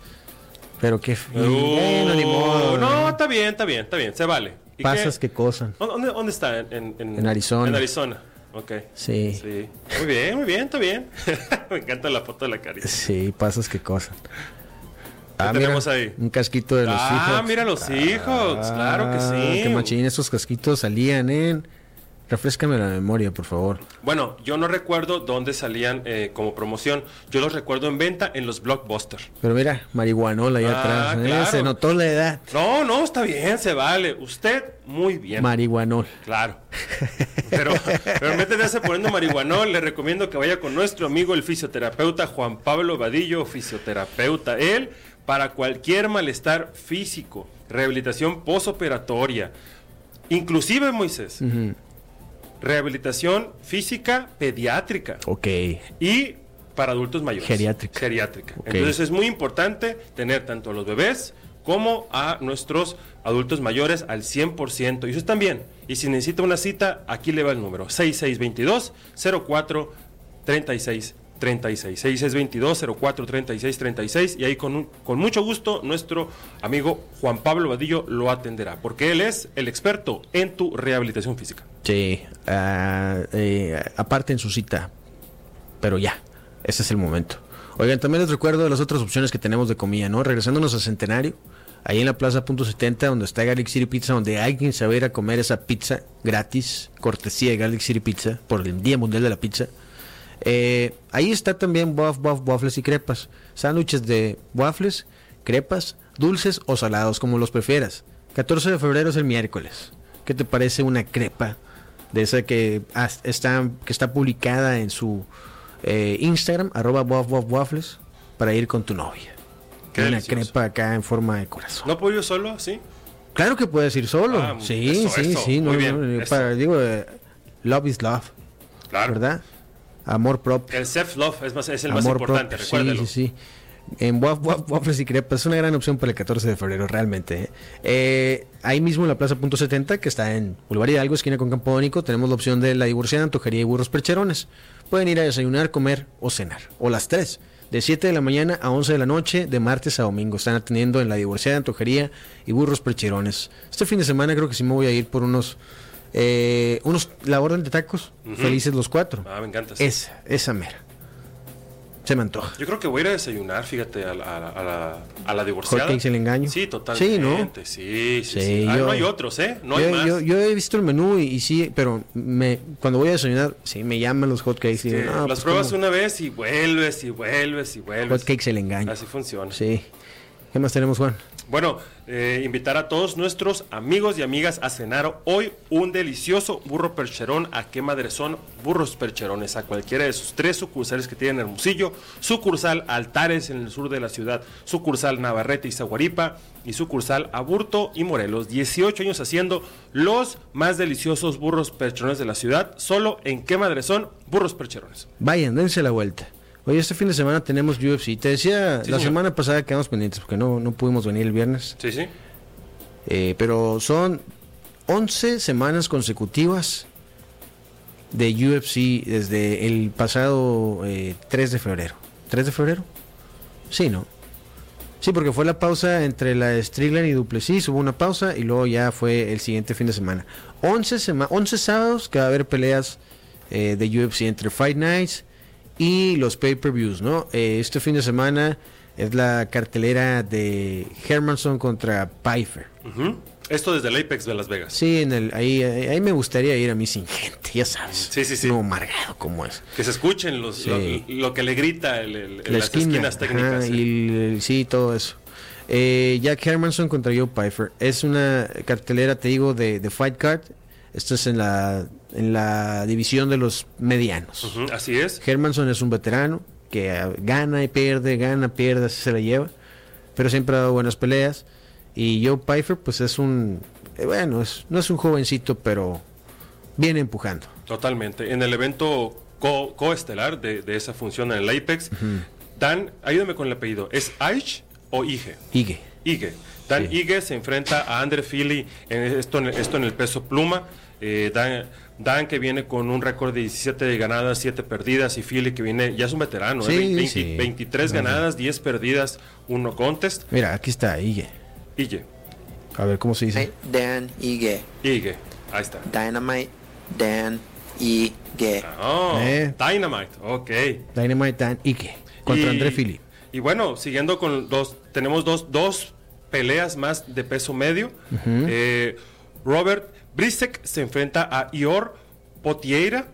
[SPEAKER 1] Pero qué. f-
[SPEAKER 2] Uh,
[SPEAKER 1] Bueno, ni modo,
[SPEAKER 2] no,
[SPEAKER 1] ¿no?
[SPEAKER 2] está bien, está bien, está bien. Se vale. ¿Y
[SPEAKER 1] Pasas
[SPEAKER 2] qué-
[SPEAKER 1] que cosan.
[SPEAKER 2] ¿Dó- ¿Dónde, dónde está? En, en- en-
[SPEAKER 1] En Arizona.
[SPEAKER 2] En Arizona. Ok.
[SPEAKER 1] Sí.
[SPEAKER 2] Sí. Muy bien, muy bien, está bien. *laughs* Me encanta la foto de la carita.
[SPEAKER 1] Sí, pasas que cosan. Ah,
[SPEAKER 2] tenemos ahí?
[SPEAKER 1] Un casquito de los
[SPEAKER 2] ah,
[SPEAKER 1] Seahawks.
[SPEAKER 2] mira los Seahawks, claro que sí.
[SPEAKER 1] Ah, Qué machín, esos casquitos salían en. Refrescame la memoria, por favor.
[SPEAKER 2] Bueno, yo no recuerdo dónde salían eh, como promoción. Yo los recuerdo en venta en los Blockbuster.
[SPEAKER 1] Pero mira, marihuanola ahí
[SPEAKER 2] Ah,
[SPEAKER 1] atrás. eh,
[SPEAKER 2] claro.
[SPEAKER 1] se notó la edad.
[SPEAKER 2] No, no, está bien, se vale. Usted, muy bien.
[SPEAKER 1] Marihuanol.
[SPEAKER 2] Claro. Pero, pero en vez de estarse poniendo marihuanol, le recomiendo que vaya con nuestro amigo el fisioterapeuta Juan Pablo Vadillo, fisioterapeuta. Él, para cualquier malestar físico, rehabilitación posoperatoria, inclusive Moisés, rehabilitación física pediátrica
[SPEAKER 1] Ok.
[SPEAKER 2] y para adultos mayores.
[SPEAKER 1] Geriátrica.
[SPEAKER 2] Geriátrica.
[SPEAKER 1] Ok.
[SPEAKER 2] Entonces es muy importante tener tanto a los bebés como a nuestros adultos mayores al 100%. Y ustedes también. Y si necesita una cita, aquí le va el número. 6622-043636. 6622-043636. Y ahí con, un- con mucho gusto nuestro amigo Juan Pablo Vadillo lo atenderá. Porque él es el experto en tu rehabilitación física.
[SPEAKER 1] Sí. ah, eh, aparte en su cita. Pero ya, ese es el momento. Oigan, también les recuerdo de las otras opciones que tenemos de comida, ¿no? Regresándonos a Centenario, ahí en la Plaza Punto 70, donde está Garlic City Pizza, donde alguien se va a ir a comer esa pizza gratis, cortesía de Garlic City Pizza, por el Día Mundial de la Pizza. Eh, ahí está también buff, buff, waffles y crepas. Sándwiches de waffles, crepas, dulces o salados, como los prefieras. 14 de febrero es el miércoles. ¿Qué te parece una crepa? De esa que has- está, que está publicada en su eh, Instagram, arroba buff, buff, waffles, para ir con tu novia.
[SPEAKER 2] Qué
[SPEAKER 1] una
[SPEAKER 2] delicioso.
[SPEAKER 1] crepa acá en forma de corazón.
[SPEAKER 2] ¿No puedo yo solo? ¿Sí?
[SPEAKER 1] Claro que puedes ir solo.
[SPEAKER 2] Ah,
[SPEAKER 1] sí,
[SPEAKER 2] eso,
[SPEAKER 1] sí,
[SPEAKER 2] eso.
[SPEAKER 1] sí. no,
[SPEAKER 2] Muy bien,
[SPEAKER 1] no,
[SPEAKER 2] eso.
[SPEAKER 1] para- digo, eh, love is love,
[SPEAKER 2] Claro.
[SPEAKER 1] ¿verdad? Amor propio.
[SPEAKER 2] El self-love es, más, es el más
[SPEAKER 1] Amor
[SPEAKER 2] importante,
[SPEAKER 1] propio, Sí,
[SPEAKER 2] recuérdalo.
[SPEAKER 1] sí, sí. En Waf- Waf- Waffles y Crepas es una gran opción para el 14 de febrero, realmente. ¿eh? Eh, ahí mismo en la Plaza Punto 70, que está en Boulevard Hidalgo, esquina con Campodónico, tenemos la opción de la divorciada, antojería y burros percherones. Pueden ir a desayunar, comer o cenar. O las tres. De 7 de la mañana a 11 de la noche, de martes a domingo. Están atendiendo en la divorciada, antojería y burros percherones. Este fin de semana creo que sí me voy a ir por unos... eh, unos la orden de tacos. Felices los cuatro.
[SPEAKER 2] Ah, me encanta. sí.
[SPEAKER 1] Esa, esa mera. Se me antoja.
[SPEAKER 2] Yo creo que voy a ir a desayunar, fíjate, a la, a la, a la, a la divorciada.
[SPEAKER 1] Hotcakes el engaño.
[SPEAKER 2] Sí, totalmente. Sí,
[SPEAKER 1] Sí, ¿no?
[SPEAKER 2] Sí, sí,
[SPEAKER 1] Sí,
[SPEAKER 2] sí. Ah,
[SPEAKER 1] yo-
[SPEAKER 2] no hay otros, ¿eh? No hay
[SPEAKER 1] yo,
[SPEAKER 2] más.
[SPEAKER 1] yo- yo he visto el menú y, y sí, pero me, cuando voy a desayunar, sí, me llaman los hotcakes. y
[SPEAKER 2] Sí,
[SPEAKER 1] digo, no,
[SPEAKER 2] Este, las
[SPEAKER 1] pues,
[SPEAKER 2] pruebas
[SPEAKER 1] ¿cómo?
[SPEAKER 2] una vez y vuelves y vuelves y vuelves.
[SPEAKER 1] Hotcakes el engaño.
[SPEAKER 2] Así funciona.
[SPEAKER 1] Sí. ¿Qué más tenemos, Juan?
[SPEAKER 2] Bueno, eh, invitar a todos nuestros amigos y amigas a cenar hoy un delicioso burro percherón. ¿A qué madre son burros percherones? A cualquiera de sus tres sucursales que tienen en Hermosillo, sucursal Altares en el sur de la ciudad, sucursal Navarrete y Zaguaripa y sucursal Aburto y Morelos. 18 años haciendo los más deliciosos burros percherones de la ciudad, solo en qué madre son burros percherones.
[SPEAKER 1] Vayan, dense la vuelta. Oye, este fin de semana tenemos UFC. Te decía,
[SPEAKER 2] Sí,
[SPEAKER 1] la
[SPEAKER 2] señor.
[SPEAKER 1] semana pasada quedamos pendientes porque no, no pudimos venir el viernes.
[SPEAKER 2] Sí, sí.
[SPEAKER 1] Eh, pero son 11 semanas consecutivas de UFC desde el pasado eh, 3 de febrero. ¿3 de febrero? Sí, ¿no? Sí, porque fue la pausa entre la de Strickland y Duplessis, hubo una pausa y luego ya fue el siguiente fin de semana. 11, sema- 11 sábados que va a haber peleas eh, de UFC entre Fight Nights y los pay-per-views, ¿no? Eh, este fin de semana es la cartelera de Hermanson contra Pfeiffer.
[SPEAKER 2] Ujú. Esto desde el Apex de Las Vegas.
[SPEAKER 1] Sí, en el, ahí, ahí ahí me gustaría ir a mí sin gente, ya sabes.
[SPEAKER 2] Sí, sí, sí.
[SPEAKER 1] No, amargado como es.
[SPEAKER 2] Que se escuchen los,
[SPEAKER 1] Sí.
[SPEAKER 2] lo, lo que le grita el, el- las esquinas técnicas.
[SPEAKER 1] ajá,
[SPEAKER 2] sí.
[SPEAKER 1] y el- el- sí, todo eso. Eh, Jack Hermanson contra Joe Pfeiffer. Es una cartelera, te digo, de, de Fight Card. Esto es en la, en la división de los medianos.
[SPEAKER 2] Ujú, Así es.
[SPEAKER 1] Hermanson es un veterano que ah, gana y pierde, gana, pierde, así se la lleva. Pero siempre ha dado buenas peleas. Y Joe Pfeiffer, pues es un. eh, bueno, es- no es un jovencito, pero viene empujando.
[SPEAKER 2] Totalmente. En el evento co- coestelar de, de esa función en el Apex, Dan, ayúdame con el apellido, ¿es Aich o Ige?
[SPEAKER 1] Igue.
[SPEAKER 2] Ige. Dan
[SPEAKER 1] Sí.
[SPEAKER 2] Ige se enfrenta a Andre Philly en esto, en esto en el peso pluma. Eh, Dan, Dan que viene con un récord de 17 ganadas, 7 perdidas y Philly que viene, ya es un veterano, ¿eh?
[SPEAKER 1] Sí,
[SPEAKER 2] Vein- veinti-
[SPEAKER 1] sí.
[SPEAKER 2] 23 ganadas, 10 perdidas, 1 contest.
[SPEAKER 1] Mira, aquí está Igue.
[SPEAKER 2] Ige.
[SPEAKER 1] A ver cómo se dice.
[SPEAKER 4] Dan Ige.
[SPEAKER 2] Ige. Ahí está.
[SPEAKER 4] Dynamite Dan Ige.
[SPEAKER 2] Oh,
[SPEAKER 1] Eh.
[SPEAKER 2] Dynamite. Ok.
[SPEAKER 1] Dynamite Dan Ike contra
[SPEAKER 2] Y-
[SPEAKER 1] André Fili.
[SPEAKER 2] Y bueno, siguiendo con dos, tenemos dos, dos peleas más de peso medio. Eh, Robert Brisek se enfrenta a Ior Potieira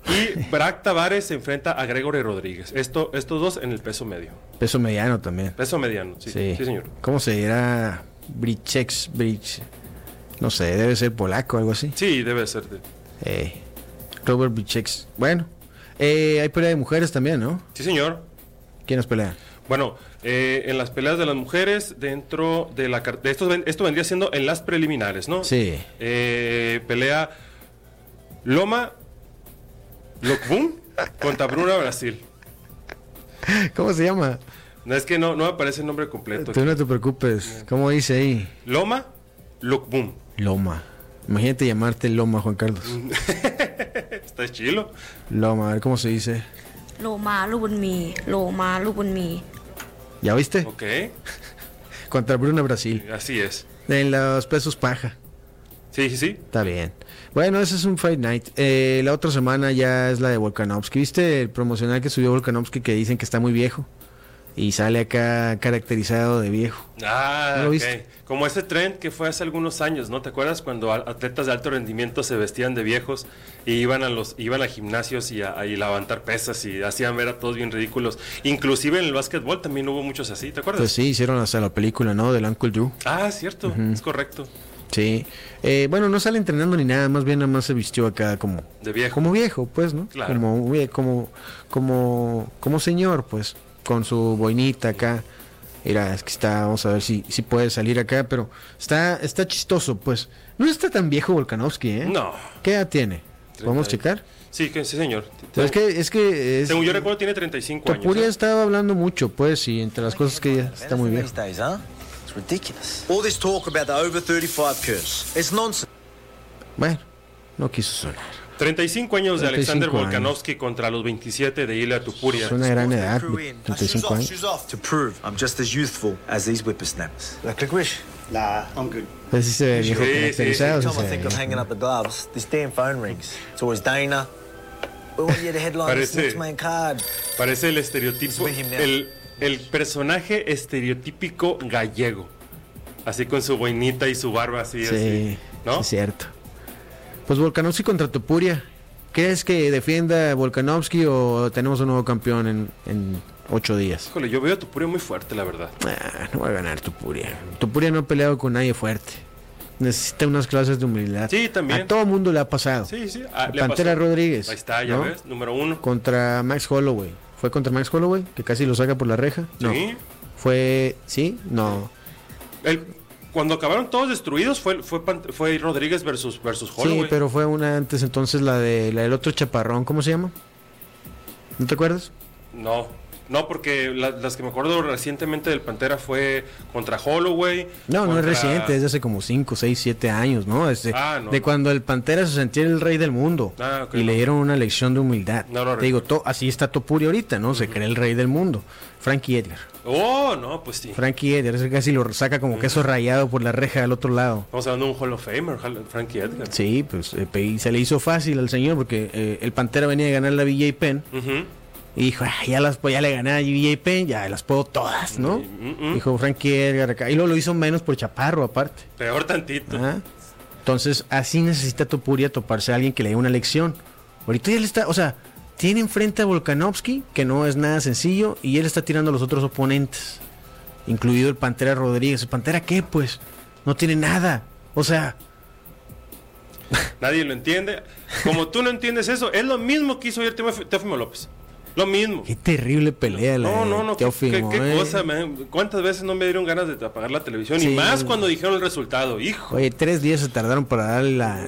[SPEAKER 1] *laughs*
[SPEAKER 2] y Brack Tavares se enfrenta a Gregory Rodríguez. Esto, estos dos en el peso medio.
[SPEAKER 1] Peso mediano también.
[SPEAKER 2] Peso mediano, sí, sí. señor.
[SPEAKER 1] ¿Cómo se dirá? Brichex, Bridge. No sé, debe ser polaco o algo así.
[SPEAKER 2] Sí, debe ser. de-
[SPEAKER 1] Eh, Robert Brichex. Bueno, eh, hay pelea de mujeres también, ¿no?
[SPEAKER 2] Sí, señor.
[SPEAKER 1] ¿Quiénes pelean?
[SPEAKER 2] Bueno, eh, en las peleas de las mujeres, dentro de la carta. Esto, ven- esto vendría siendo en las preliminares, ¿no?
[SPEAKER 1] Sí.
[SPEAKER 2] Eh, pelea Loma Lokbun contra Bruna Brasil.
[SPEAKER 1] *laughs* ¿Cómo se llama?
[SPEAKER 2] No es que no, no aparece el nombre completo.
[SPEAKER 1] Tú no te preocupes. ¿Cómo dice ahí?
[SPEAKER 2] Loma Lokbun.
[SPEAKER 1] Loma. Imagínate llamarte Loma, Juan Carlos.
[SPEAKER 2] Está chilo.
[SPEAKER 1] Loma, a ver cómo se dice.
[SPEAKER 5] โลมาลูกบุญมี โลมาลูกบุญมี
[SPEAKER 1] ¿Ya viste?
[SPEAKER 2] Ok,
[SPEAKER 1] Contra Bruna Brasil.
[SPEAKER 2] así es.
[SPEAKER 1] En los pesos paja.
[SPEAKER 2] Sí, sí, sí.
[SPEAKER 1] Está bien. Bueno, ese es un Fight Night. Eh, la otra semana ya es la de Volkanovski. ¿Viste el promocional que subió Volkanovski que dicen que está muy viejo? Y sale acá caracterizado de viejo.
[SPEAKER 2] Ah,
[SPEAKER 1] ¿No lo
[SPEAKER 2] ok.
[SPEAKER 1] viste?
[SPEAKER 2] Como ese tren que fue hace algunos años, ¿no? ¿Te acuerdas cuando a- atletas de alto rendimiento se vestían de viejos y iban a los iban a gimnasios y a, a- y levantar pesas y hacían ver a todos bien ridículos? Inclusive en el básquetbol también hubo muchos así, ¿te acuerdas?
[SPEAKER 1] Pues sí, hicieron hasta la película, ¿no? Del Uncle Drew.
[SPEAKER 2] Ah, cierto, es correcto.
[SPEAKER 1] Sí. Eh, bueno, no sale entrenando ni nada, más bien nada más se vistió acá como...
[SPEAKER 2] De viejo.
[SPEAKER 1] Como viejo, pues, ¿no?
[SPEAKER 2] Claro.
[SPEAKER 1] Como, un vie- como, como, como señor, pues, con su boinita acá. Mira, es que está, vamos a ver si, si puede salir acá, pero está, está chistoso, pues. No está tan viejo Volkanovski, ¿eh?
[SPEAKER 2] No.
[SPEAKER 1] ¿Qué edad tiene? ¿Podemos
[SPEAKER 2] y-
[SPEAKER 1] checar?
[SPEAKER 2] Sí, que, sí, señor.
[SPEAKER 1] Pero Pues es
[SPEAKER 2] Tengo-
[SPEAKER 1] que, es que... Es,
[SPEAKER 2] según yo recuerdo tiene 35 años.
[SPEAKER 1] Topuria
[SPEAKER 2] ¿eh?
[SPEAKER 1] estaba hablando mucho, pues, y entre las cosas que ella está muy viejo.
[SPEAKER 6] These days, huh? It's ridiculous.
[SPEAKER 7] All this talk about the over 35 curse. It's nonsense.
[SPEAKER 1] Bueno, no quiso sonar.
[SPEAKER 2] 35 años de
[SPEAKER 1] 35
[SPEAKER 2] Alexander
[SPEAKER 1] años.
[SPEAKER 2] Volkanovski contra los 27 de Ilya Tupuria.
[SPEAKER 1] Es una gran
[SPEAKER 7] Sports their
[SPEAKER 1] edad,
[SPEAKER 7] crew in. Now, shoes
[SPEAKER 1] 35
[SPEAKER 7] off,
[SPEAKER 1] años.
[SPEAKER 7] shoes off. To prove I'm just as youthful as these whippersnappers.
[SPEAKER 6] Like licorice.
[SPEAKER 7] Nah, I'm good.
[SPEAKER 1] Así Pues se ve viejo
[SPEAKER 2] Sí,
[SPEAKER 1] caracterizado. sí
[SPEAKER 6] Every time I
[SPEAKER 1] se ve
[SPEAKER 6] think I'm
[SPEAKER 1] viejo.
[SPEAKER 6] hanging up the gloves, this damn phone rings. It's always Dana. We want you to headline
[SPEAKER 2] Parece-
[SPEAKER 6] this next man card.
[SPEAKER 2] Parece el estereotipo,
[SPEAKER 6] It's Benjamin.
[SPEAKER 2] el, el personaje estereotípico gallego. Así con su boinita y su barba así,
[SPEAKER 1] Sí,
[SPEAKER 2] así, ¿no?
[SPEAKER 1] sí, cierto. Pues Volkanovski contra Topuria. ¿Crees que defienda Volkanovski o tenemos un nuevo campeón en, en ocho días?
[SPEAKER 2] Híjole, yo veo a Tupuria muy fuerte, la verdad.
[SPEAKER 1] Ah, no va a ganar Topuria. Topuria no ha peleado con nadie fuerte. Necesita unas clases de humildad.
[SPEAKER 2] Sí, también.
[SPEAKER 1] A todo mundo le ha pasado.
[SPEAKER 2] Sí, sí. ah,
[SPEAKER 1] La
[SPEAKER 2] le pasó.
[SPEAKER 1] Pantera Rodríguez,
[SPEAKER 2] Ahí está, ya
[SPEAKER 1] ¿no?
[SPEAKER 2] ves, número uno.
[SPEAKER 1] Contra Max Holloway. ¿Fue contra Max Holloway? Que casi lo saca por la reja. No.
[SPEAKER 2] Sí.
[SPEAKER 1] ¿Fue. Sí? No.
[SPEAKER 2] El- cuando acabaron todos destruidos fue, fue, Pan- fue Rodríguez versus, versus
[SPEAKER 1] Sí,
[SPEAKER 2] Holloway.
[SPEAKER 1] pero fue una antes entonces la de la del otro chaparrón, ¿cómo se llama? ¿No te acuerdas?
[SPEAKER 2] No, no, porque la- las que me acuerdo recientemente del Pantera fue contra Holloway.
[SPEAKER 1] No, no es
[SPEAKER 2] contra-
[SPEAKER 1] reciente, es de hace como 5, 6, 7 años, ¿no? Este,
[SPEAKER 2] Ah, no,
[SPEAKER 1] de
[SPEAKER 2] no.
[SPEAKER 1] cuando el Pantera se sentía el rey del mundo
[SPEAKER 2] Ah, ok,
[SPEAKER 1] y le
[SPEAKER 2] no.
[SPEAKER 1] dieron una lección de humildad.
[SPEAKER 2] No lo
[SPEAKER 1] Te digo, to- así está Topuri ahorita, ¿no? Se cree el rey del mundo. Frankie Edgar.
[SPEAKER 2] Oh, no, pues sí.
[SPEAKER 1] Frankie Edgar, ese casi lo saca como queso rayado por la reja del otro lado.
[SPEAKER 2] Estamos hablando de un Hall of Famer, Hall- Frankie Edgar.
[SPEAKER 1] Sí, pues eh, pe- y se le hizo fácil al señor porque eh, el Pantera venía de ganar la BJ Penn
[SPEAKER 2] Ujú.
[SPEAKER 1] Y dijo, "Ah, ya las pues, ya le gané a BJ Penn, ya las puedo todas, ¿no?
[SPEAKER 2] Mm, mm.
[SPEAKER 1] Dijo Frankie Edgar acá. Y luego lo hizo menos por chaparro aparte.
[SPEAKER 2] Peor tantito.
[SPEAKER 1] ¿ah? Entonces, así necesita Topuria toparse a alguien que le dé una lección. Ahorita ya le está, o sea, tiene enfrente a Volkanovski, que no es nada sencillo, y él está tirando a los otros oponentes, incluido el Pantera Rodríguez. ¿El Pantera qué? Pues no tiene nada. O sea,
[SPEAKER 2] Nadie lo entiende. Como tú no entiendes eso, es lo mismo que hizo ayer Teof- Teófimo López. Lo mismo.
[SPEAKER 1] qué terrible pelea la
[SPEAKER 2] No,
[SPEAKER 1] de
[SPEAKER 2] no, no. qué-
[SPEAKER 1] Teófimo,
[SPEAKER 2] qué, qué
[SPEAKER 1] ¿eh?
[SPEAKER 2] cosa, man. ¿Cuántas veces no me dieron ganas de apagar la televisión?
[SPEAKER 1] Sí.
[SPEAKER 2] Y más cuando dijeron el resultado, hijo.
[SPEAKER 1] Oye, tres días se tardaron para dar la-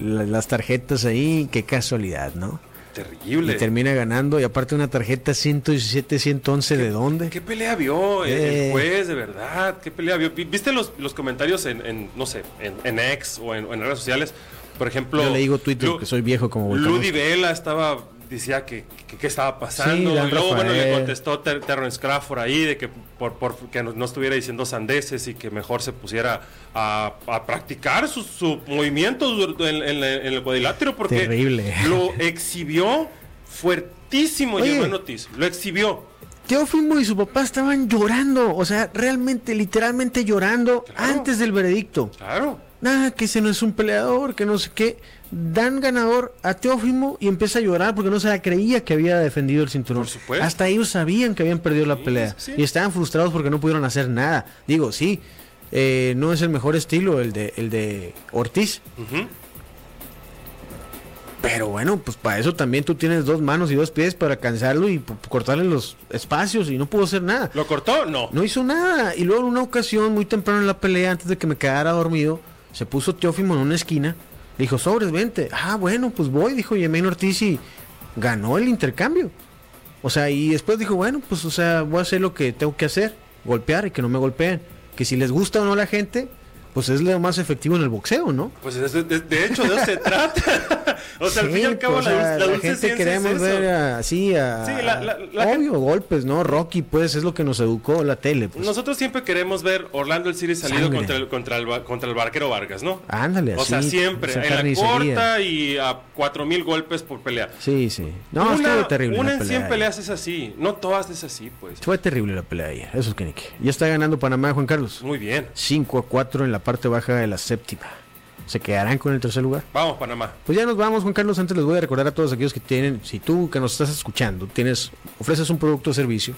[SPEAKER 1] la- las tarjetas ahí. Qué casualidad, ¿no?
[SPEAKER 2] Terrible.
[SPEAKER 1] Y termina ganando. Y aparte una tarjeta 117, 111, ¿de dónde?
[SPEAKER 2] ¿Qué pelea vio el-
[SPEAKER 1] Eh.
[SPEAKER 2] el juez, de verdad? ¿Qué pelea vio? Vi- ¿Viste los, los comentarios en, en, no sé, en, en X o en, o en redes sociales? Por ejemplo...
[SPEAKER 1] Yo le digo Twitter, que soy viejo como Volkanovski.
[SPEAKER 2] Ludi Vela estaba decía que, que, que estaba pasando.
[SPEAKER 1] Sí, Dan
[SPEAKER 2] y luego, bueno, le
[SPEAKER 1] Rafael.
[SPEAKER 2] contestó Ter- Terrence Crawford ahí de que por, por que no, no estuviera diciendo sandeces y que mejor se pusiera a, a practicar sus su movimientos en, en- en el cuadrilátero porque
[SPEAKER 1] Terrible.
[SPEAKER 2] lo exhibió fuertísimo
[SPEAKER 1] Oye.
[SPEAKER 2] Germán Ortiz. Lo exhibió.
[SPEAKER 1] Teófimo y su papá estaban llorando, o sea, realmente, literalmente llorando
[SPEAKER 2] Claro.
[SPEAKER 1] antes del veredicto.
[SPEAKER 2] Claro.
[SPEAKER 1] Nada, "Ah, que ese no es un peleador, que no sé qué. Dan ganador a Teófimo y empieza a llorar porque no se la creía que había defendido el cinturón.
[SPEAKER 2] Por supuesto.
[SPEAKER 1] Hasta ellos sabían que habían perdido la
[SPEAKER 2] Sí,
[SPEAKER 1] pelea
[SPEAKER 2] sí, sí.
[SPEAKER 1] y estaban frustrados porque no pudieron hacer nada. Digo, sí, eh, no es el mejor estilo el de, el de Ortiz,
[SPEAKER 2] Ujú.
[SPEAKER 1] pero bueno, pues para eso también tú tienes dos manos y dos pies para cansarlo y p- cortarle los espacios y no pudo hacer nada.
[SPEAKER 2] ¿Lo cortó? No.
[SPEAKER 1] No hizo nada. Y luego en una ocasión, muy temprano en la pelea, antes de que me quedara dormido, se puso Teófimo en una esquina. Le dijo, sobres, vente. Ah, bueno, pues voy, dijo Yemen Ortiz y ganó el intercambio. O sea, y después dijo, bueno, pues o sea, voy a hacer lo que tengo que hacer, golpear y que no me golpeen. Que si les gusta o no a la gente, pues es lo más efectivo en el boxeo, ¿no?
[SPEAKER 2] Pues de, de- de hecho, de eso
[SPEAKER 1] *laughs*
[SPEAKER 2] se trata. o sea, al fin y
[SPEAKER 1] Sí,
[SPEAKER 2] al cabo,
[SPEAKER 1] pues,
[SPEAKER 2] la,
[SPEAKER 1] o sea,
[SPEAKER 2] dulce- la
[SPEAKER 1] la
[SPEAKER 2] dulce
[SPEAKER 1] gente
[SPEAKER 2] ciencia es
[SPEAKER 1] queremos
[SPEAKER 2] eso.
[SPEAKER 1] ver así a,
[SPEAKER 2] Sí, la- la- la
[SPEAKER 1] obvio,
[SPEAKER 2] gente-
[SPEAKER 1] golpes, ¿no? Rocky, pues, es lo que nos educó la tele. Pues.
[SPEAKER 2] Nosotros siempre queremos ver Orlando el City salido
[SPEAKER 1] Sangre.
[SPEAKER 2] contra el, contra, el, va- contra el barquero Vargas, ¿no?
[SPEAKER 1] Ándale,
[SPEAKER 2] O sea,
[SPEAKER 1] así,
[SPEAKER 2] siempre.
[SPEAKER 1] esa
[SPEAKER 2] En la
[SPEAKER 1] carnicería.
[SPEAKER 2] corta y a cuatro mil golpes por pelea.
[SPEAKER 1] Sí, sí. No, estuvo terrible.
[SPEAKER 2] una
[SPEAKER 1] la
[SPEAKER 2] en
[SPEAKER 1] pelea ¿eh?
[SPEAKER 2] 100
[SPEAKER 1] ahí.
[SPEAKER 2] peleas es así. No todas es así, pues.
[SPEAKER 1] Fue terrible la pelea de ayer, eso es que ni qué. Ya está ganando Panamá, Juan Carlos.
[SPEAKER 2] Muy bien.
[SPEAKER 1] 5 a 4 en la parte baja de la séptima. ¿Se quedarán con el tercer lugar?
[SPEAKER 2] Vamos, Panamá.
[SPEAKER 1] Pues ya nos vamos, Juan Carlos. Antes les voy a recordar a todos aquellos que tienen, si tú que nos estás escuchando, tienes, ofreces un producto o servicio.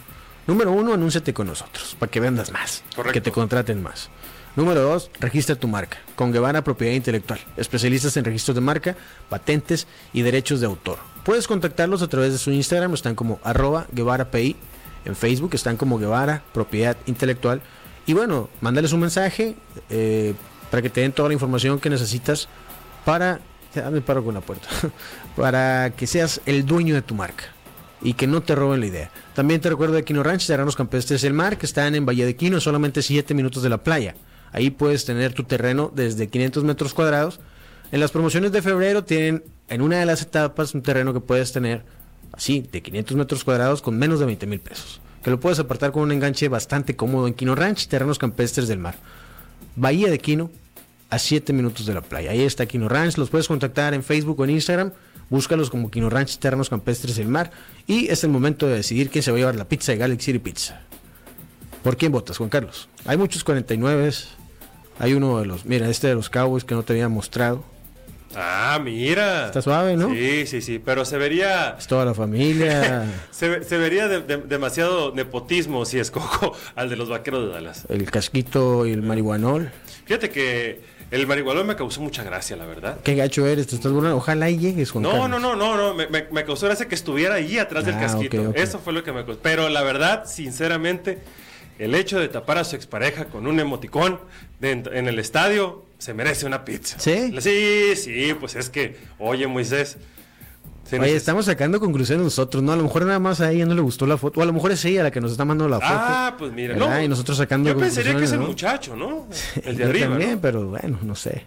[SPEAKER 1] Número uno, anúnciate con nosotros para que vendas más,
[SPEAKER 2] Correcto.
[SPEAKER 1] que te contraten más. Número dos, registra tu marca con Guevara Propiedad Intelectual, especialistas en registros de marca, patentes y derechos de autor. Puedes contactarlos a través de su Instagram, están como arroba Guevara PI, en Facebook están como Guevara Propiedad Intelectual. Y bueno, mándales un mensaje eh, para que te den toda la información que necesitas para ya me paro con la puerta *laughs* para que seas el dueño de tu marca y que no te roben la idea. También te recuerdo de Quino Ranch, Terrenos Campestres del Mar, que están en Valle de Quino, solamente 7 minutos de la playa. Ahí puedes tener tu terreno desde 500 metros cuadrados. En las promociones de febrero tienen en una de las etapas un terreno que puedes tener así, de 500 metros cuadrados con menos de 20 mil pesos. Que lo puedes apartar con un enganche bastante cómodo en Quino Ranch, Terrenos Campestres del Mar. Bahía de Quino, a 7 minutos de la playa. Ahí está Quino Ranch. Los puedes contactar en Facebook o en Instagram. Búscalos como Quino Ranch Ternos Campestres del Mar. Y es el momento de decidir quién se va a llevar la pizza de Galaxy City Pizza. ¿Por quién votas, Juan Carlos? Hay muchos 49. Hay uno de los, mira, este de los Cowboys que no te había mostrado.
[SPEAKER 2] Ah, mira.
[SPEAKER 1] Está suave, ¿no?
[SPEAKER 2] Sí, sí, sí. Pero se vería.
[SPEAKER 1] Es toda la
[SPEAKER 2] *laughs*
[SPEAKER 1] familia.
[SPEAKER 2] Se, ve- se vería de- de- demasiado nepotismo si escojo *laughs* al de los vaqueros de Dallas.
[SPEAKER 1] el casquito y el marihuanol.
[SPEAKER 2] Fíjate que el marihualón me causó mucha gracia, la verdad.
[SPEAKER 1] Qué gacho eres, te estás burlando. Ojalá y llegues, Juan
[SPEAKER 2] No,
[SPEAKER 1] Carlos.
[SPEAKER 2] no, no, no, no, me, me- me causó gracia que estuviera ahí atrás del
[SPEAKER 1] Ah,
[SPEAKER 2] casquito.
[SPEAKER 1] ok, ok.
[SPEAKER 2] Eso fue lo que me causó. Pero la verdad, sinceramente, el hecho de tapar a su expareja con un emoticón dentro- en el estadio se merece una pizza.
[SPEAKER 1] ¿Sí?
[SPEAKER 2] Sí, sí, pues es que, oye, Moisés. se
[SPEAKER 1] Oye,
[SPEAKER 2] neces-
[SPEAKER 1] estamos sacando conclusiones nosotros, ¿no? A lo mejor nada más a ella no le gustó la foto. O a lo mejor es ella la que nos está mandando la foto. *laughs*
[SPEAKER 2] Ah, pues mira.
[SPEAKER 1] ¿Verdad? y nosotros sacando
[SPEAKER 2] Yo pensaría que es el
[SPEAKER 1] conclusiones, ¿no?
[SPEAKER 2] muchacho, ¿no? El de
[SPEAKER 1] Yo
[SPEAKER 2] arriba.
[SPEAKER 1] también,
[SPEAKER 2] ¿no?
[SPEAKER 1] pero bueno, no sé.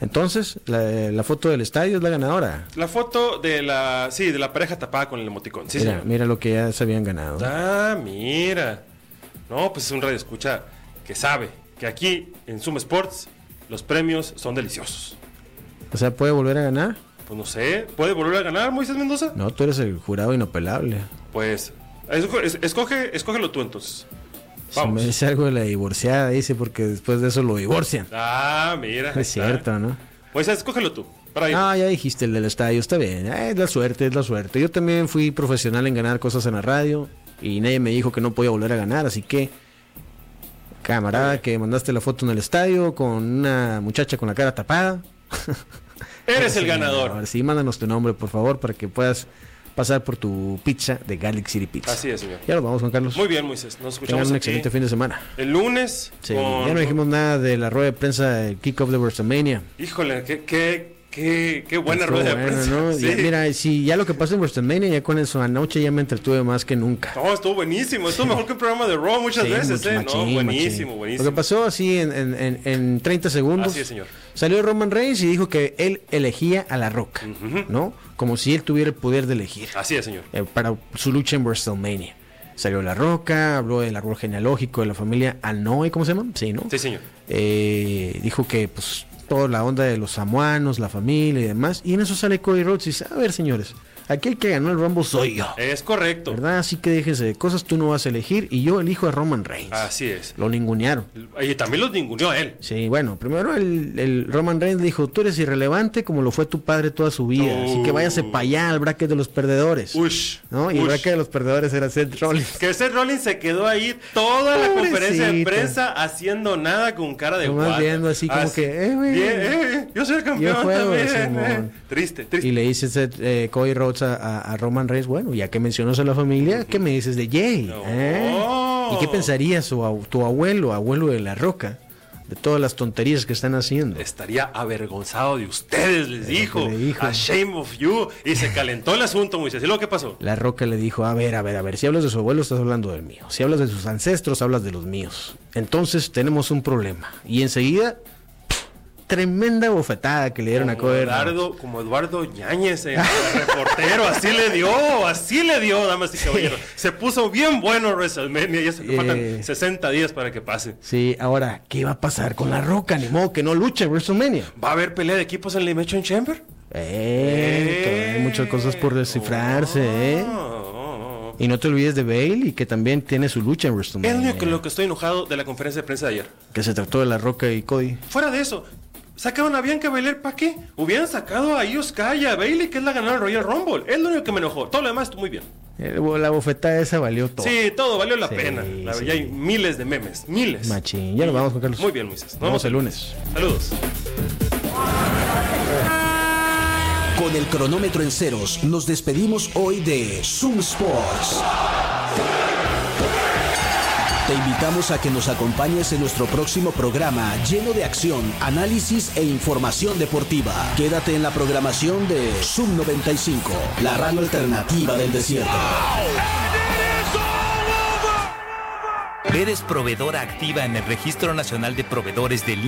[SPEAKER 1] Entonces, la, la foto del estadio es la ganadora.
[SPEAKER 2] La foto de la. Sí, de la pareja tapada con el emoticón. Sí,
[SPEAKER 1] mira,
[SPEAKER 2] señor.
[SPEAKER 1] mira lo que ya se habían ganado.
[SPEAKER 2] Ah, mira. No, pues es un radio escucha que sabe que aquí en Zoom Sports los premios son deliciosos.
[SPEAKER 1] O sea, ¿puede volver a ganar?
[SPEAKER 2] Pues no sé, ¿puede volver a ganar Moisés Mendoza?
[SPEAKER 1] No, tú eres el jurado inopelable.
[SPEAKER 2] Pues esco- es- escoge, escógelo tú entonces.
[SPEAKER 1] Se
[SPEAKER 2] Vamos.
[SPEAKER 1] me dice algo de la divorciada, dice, porque después de eso lo divorcian.
[SPEAKER 2] Ah, mira. ahí
[SPEAKER 1] es
[SPEAKER 2] está.
[SPEAKER 1] cierto, ¿no?
[SPEAKER 2] Moisés, escógelo tú. Para ir.
[SPEAKER 1] Ah, ya dijiste el del estadio, está bien. Ah, Es la suerte, es la suerte. Yo también fui profesional en ganar cosas en la radio y nadie me dijo que no podía volver a ganar, así que camarada que mandaste la foto en el estadio con una muchacha con la cara tapada.
[SPEAKER 2] *laughs* Eres el
[SPEAKER 1] A
[SPEAKER 2] ganador.
[SPEAKER 1] ver, sí, mándanos tu nombre, por favor, para que puedas pasar por tu pizza de Garlic City Pizza.
[SPEAKER 2] Así es, señor.
[SPEAKER 1] Ya nos vamos, Juan Carlos.
[SPEAKER 2] Muy bien, Moisés. Nos escuchamos
[SPEAKER 1] Tengan un
[SPEAKER 2] aquí
[SPEAKER 1] excelente fin de semana.
[SPEAKER 2] el lunes.
[SPEAKER 1] Sí,
[SPEAKER 2] con-
[SPEAKER 1] ya no dijimos nada de la rueda de prensa del kickoff de WrestleMania.
[SPEAKER 2] Híjole, qué, qué, Qué, qué buena
[SPEAKER 1] Estuvo
[SPEAKER 2] rueda de
[SPEAKER 1] bueno,
[SPEAKER 2] prensa.
[SPEAKER 1] ¿no?
[SPEAKER 2] *laughs* Sí.
[SPEAKER 1] Ya, mira, si ya lo que pasó en WrestleMania, ya con eso anoche ya me entretuve más que nunca.
[SPEAKER 2] No, estuvo buenísimo. Estuvo mejor que un programa de Raw muchas
[SPEAKER 1] Sí,
[SPEAKER 2] veces,
[SPEAKER 1] mucho
[SPEAKER 2] ¿eh? no,
[SPEAKER 1] machín,
[SPEAKER 2] buenísimo,
[SPEAKER 1] machín.
[SPEAKER 2] buenísimo.
[SPEAKER 1] Lo que pasó así en, en- en- en 30 segundos.
[SPEAKER 2] Así es, señor.
[SPEAKER 1] Salió Roman Reigns y dijo que él elegía a La Roca, ¿no? Como si él tuviera el poder de elegir
[SPEAKER 2] Así es, señor.
[SPEAKER 1] eh, para su lucha en WrestleMania. Salió La Roca, habló del árbol genealógico de la familia Anoy, ¿cómo se llama? Sí, ¿no?
[SPEAKER 2] Sí, señor.
[SPEAKER 1] Eh, dijo que pues toda la onda de los samuanos, la familia y demás. Y en eso sale Cody Rhodes y dice, a ver señores, aquí el que ganó el Rumble soy yo.
[SPEAKER 2] Es correcto.
[SPEAKER 1] ¿Verdad? Así que déjense de cosas, tú no vas a elegir y yo elijo a Roman Reigns.
[SPEAKER 2] Así es.
[SPEAKER 1] Lo ningunearon.
[SPEAKER 2] Y también los ninguneó a él.
[SPEAKER 1] Sí, bueno, primero el, el Roman Reigns le dijo, tú eres irrelevante como lo fue tu padre toda su vida. Así que váyase para allá al bracket de los perdedores.
[SPEAKER 2] Ush.
[SPEAKER 1] ¿No? Y el
[SPEAKER 2] ush.
[SPEAKER 1] bracket de los perdedores era Seth
[SPEAKER 2] *laughs*
[SPEAKER 1] Rollins.
[SPEAKER 2] Que ese Rollins se quedó ahí toda la
[SPEAKER 1] Pobrecito.
[SPEAKER 2] conferencia de prensa haciendo nada con cara de
[SPEAKER 1] Nomás
[SPEAKER 2] guata.
[SPEAKER 1] viendo así como que, eh, güey.
[SPEAKER 2] Bien, eh, yo soy el campeón
[SPEAKER 1] juego,
[SPEAKER 2] también.
[SPEAKER 1] Simón.
[SPEAKER 2] eh. Triste, triste.
[SPEAKER 1] Y le dice Seth, eh, Cody Rhodes a, a- a Roman Reigns, bueno, ya que mencionas a la familia, ¿qué me dices de Jay? eh?
[SPEAKER 2] Oh.
[SPEAKER 1] ¿Y qué pensaría su, au- tu abuelo, abuelo de la roca, de todas las tonterías que están haciendo?
[SPEAKER 2] Estaría avergonzado de ustedes, les dijo.
[SPEAKER 1] le dijo.
[SPEAKER 2] A shame of you. Y se calentó el asunto, Moisés. ¿Y luego qué pasó?
[SPEAKER 1] La Roca le dijo, a ver, a ver, a ver, si hablas de su abuelo estás hablando del mío, si hablas de sus ancestros hablas de los míos. Entonces tenemos un problema. Y enseguida, tremenda bofetada que le dieron a
[SPEAKER 2] Como
[SPEAKER 1] Cody Rhodes.
[SPEAKER 2] Eduardo, como Eduardo Ñañez, el reportero, así le dio, así le dio, damas y caballeros. Se puso bien bueno WrestleMania y eso que faltan
[SPEAKER 1] Eh.
[SPEAKER 2] 60 días para que pase.
[SPEAKER 1] Sí, ahora, ¿qué va a pasar con La Roca? Ni modo que no luche en WrestleMania.
[SPEAKER 2] ¿Va a haber pelea de equipos en Limation Chamber?
[SPEAKER 1] Eh, todavía hay muchas cosas por descifrarse, ¿eh?
[SPEAKER 2] Oh.
[SPEAKER 1] Y no te olvides de Bailey, que también tiene su lucha en
[SPEAKER 2] Es
[SPEAKER 1] WrestleMania.
[SPEAKER 2] lo que, lo que estoy enojado de la conferencia de prensa de ayer.
[SPEAKER 1] Que se trató de La Roca y Cody.
[SPEAKER 2] Fuera de eso, sacaban a Bianca Belair, ¿para qué? Hubieran sacado a Ioska y a Bailey, que es la ganadora del Royal Rumble. Es lo único que me enojó. Todo lo demás, muy bien.
[SPEAKER 1] Eh, La bofetada esa valió todo.
[SPEAKER 2] Sí, todo valió la
[SPEAKER 1] Sí,
[SPEAKER 2] pena. La-
[SPEAKER 1] sí.
[SPEAKER 2] Ya hay miles de memes, miles.
[SPEAKER 1] Machín. Ya nos vamos, Juan Carlos.
[SPEAKER 2] Muy bien, Moisés. Nos
[SPEAKER 1] Nos vemos el
[SPEAKER 2] vemos.
[SPEAKER 1] lunes.
[SPEAKER 2] Saludos.
[SPEAKER 8] Con el cronómetro en ceros, nos despedimos hoy de Zoom Sports. Te invitamos a que nos acompañes en nuestro próximo programa lleno de acción, análisis e información deportiva. Quédate en la programación de Zoom 95, la radio alternativa del desierto.
[SPEAKER 9] Eres proveedora activa en el Registro Nacional de Proveedores del